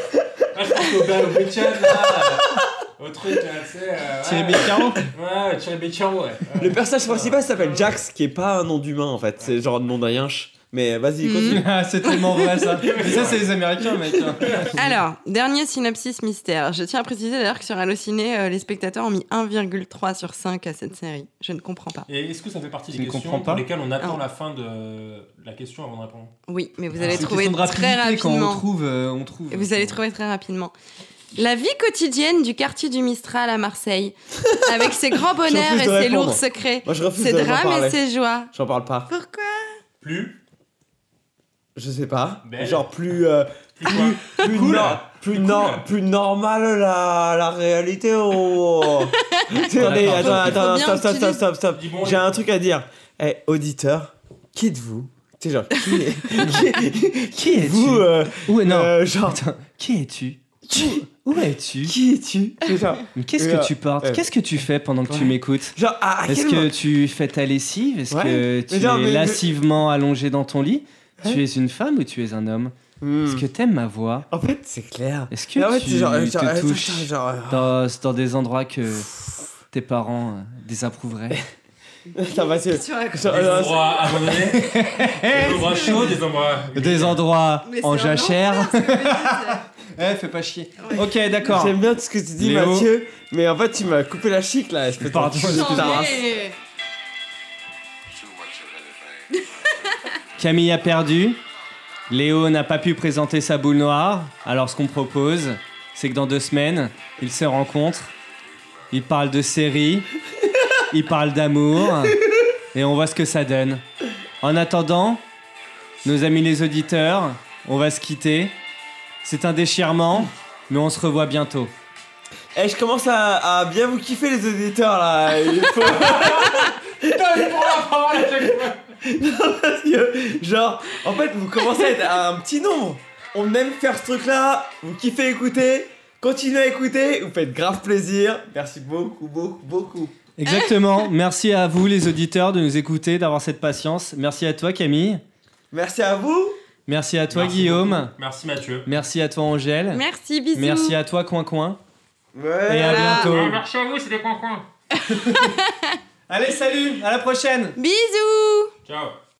Ah, je pense qu'au bal au week-end, là, euh, au truc, là, tu sais. euh, Thierry ouais. Beccaro Ouais, Thierry Beccaro, ouais. ouais. Le personnage principal s'appelle Jax, qui est pas un nom d'humain en fait, c'est genre le nom d'un yinche. Mais Mhm. vas-y, continue. Ah, c'est tellement vrai ça. Mais ça, c'est les Américains, mec. hein. Alors, dernier synopsis mystère. Je tiens à préciser d'ailleurs que sur Allociné, euh, les spectateurs ont mis 1,3 sur 5 à cette série. Je ne comprends pas. Et est-ce que ça fait partie Je des ne comprends questions pas. pour lesquelles on attend Ah. la fin de la question avant de répondre Oui, mais vous Ah, C'est allez une trouver question de très rapidité, Quand on rapidement. trouve, euh, on trouve. Vous allez trouver très rapidement. La vie quotidienne du quartier du Mistral à Marseille, avec <laughs> ses grands bonheurs refuse et de ses répondre. lourds secrets, Moi je refuse ses de j'en drames parler. et ses joies. J'en parle pas. Pourquoi Plus Je sais pas. Belle. Genre plus. euh, Plus quoi plus, Cool. nor- plus, nor- plus normal la, la réalité. <laughs> Oh. Attendez, D'accord. attends, attends, bien stop, stop, utiliser- stop, stop, stop. Dis bon, J'ai un truc à dire. Eh, auditeur, qui êtes-vous Tu sais, genre, qui, <laughs> est- qui, qui êtes-vous euh, Où est non euh, Genre, Attends, qui es-tu qui, Où es-tu qui es-tu C'est genre, Mais Qu'est-ce Euh, que tu portes euh, Qu'est-ce que tu fais pendant que tu ouais. m'écoutes genre, à, à Est-ce quel que moment- tu fais ta lessive Est-ce Ah, Ouais. que Mais tu non, mais es je- lassivement allongé dans ton lit Ouais. Tu es une femme ou tu es un homme Hmm. Est-ce que t'aimes ma voix En fait, c'est clair. Est-ce que Mais en fait, tu c'est genre, euh, genre, te attends, touches attends, <laughs> genre, euh, dans, dans des endroits que tes parents euh, désapprouveraient <laughs> Ça va, c'est. Tu racontes- Genre, Des euh, endroits abandonnés, <laughs> des endroits chauds, des endroits. Des endroits Mais c'est en un jachère enfer, ce que vous dites. <laughs> Eh, fais pas chier. Ok, d'accord. J'aime bien tout ce que tu dis, Léo. Mathieu, mais en fait, tu m'as coupé la chic là. espèce de- Pardon, Putain. Changez. Camille a perdu. Léo n'a pas pu présenter sa boule noire. Alors, ce qu'on propose, c'est que dans deux semaines, ils se rencontrent. Ils parlent de séries. Ils parlent d'amour. Et on voit ce que ça donne. En attendant, nos amis les auditeurs, on va se quitter. C'est un déchirement, mais on se revoit bientôt. Eh, je commence à, à bien vous kiffer, les auditeurs là. Il <laughs> faut- Putain, il prend la parole à chaque fois. Parce que, genre, en fait, vous commencez à être à un petit nombre. On aime faire ce truc là, vous kiffez écouter, continuez à écouter, vous faites grave plaisir. Merci beaucoup, beaucoup, beaucoup. Exactement. <laughs> Merci à vous, les auditeurs, de nous écouter, d'avoir cette patience. Merci à toi, Camille. Merci à vous. Merci à toi, Merci Guillaume. beaucoup. Merci, Mathieu. Merci à toi, Angèle. Merci, bisous. Merci à toi, Coin Coin. Ouais. Et à bientôt. à vous, c'était coin coin. Allez, salut, à la prochaine. Bisous Ciao.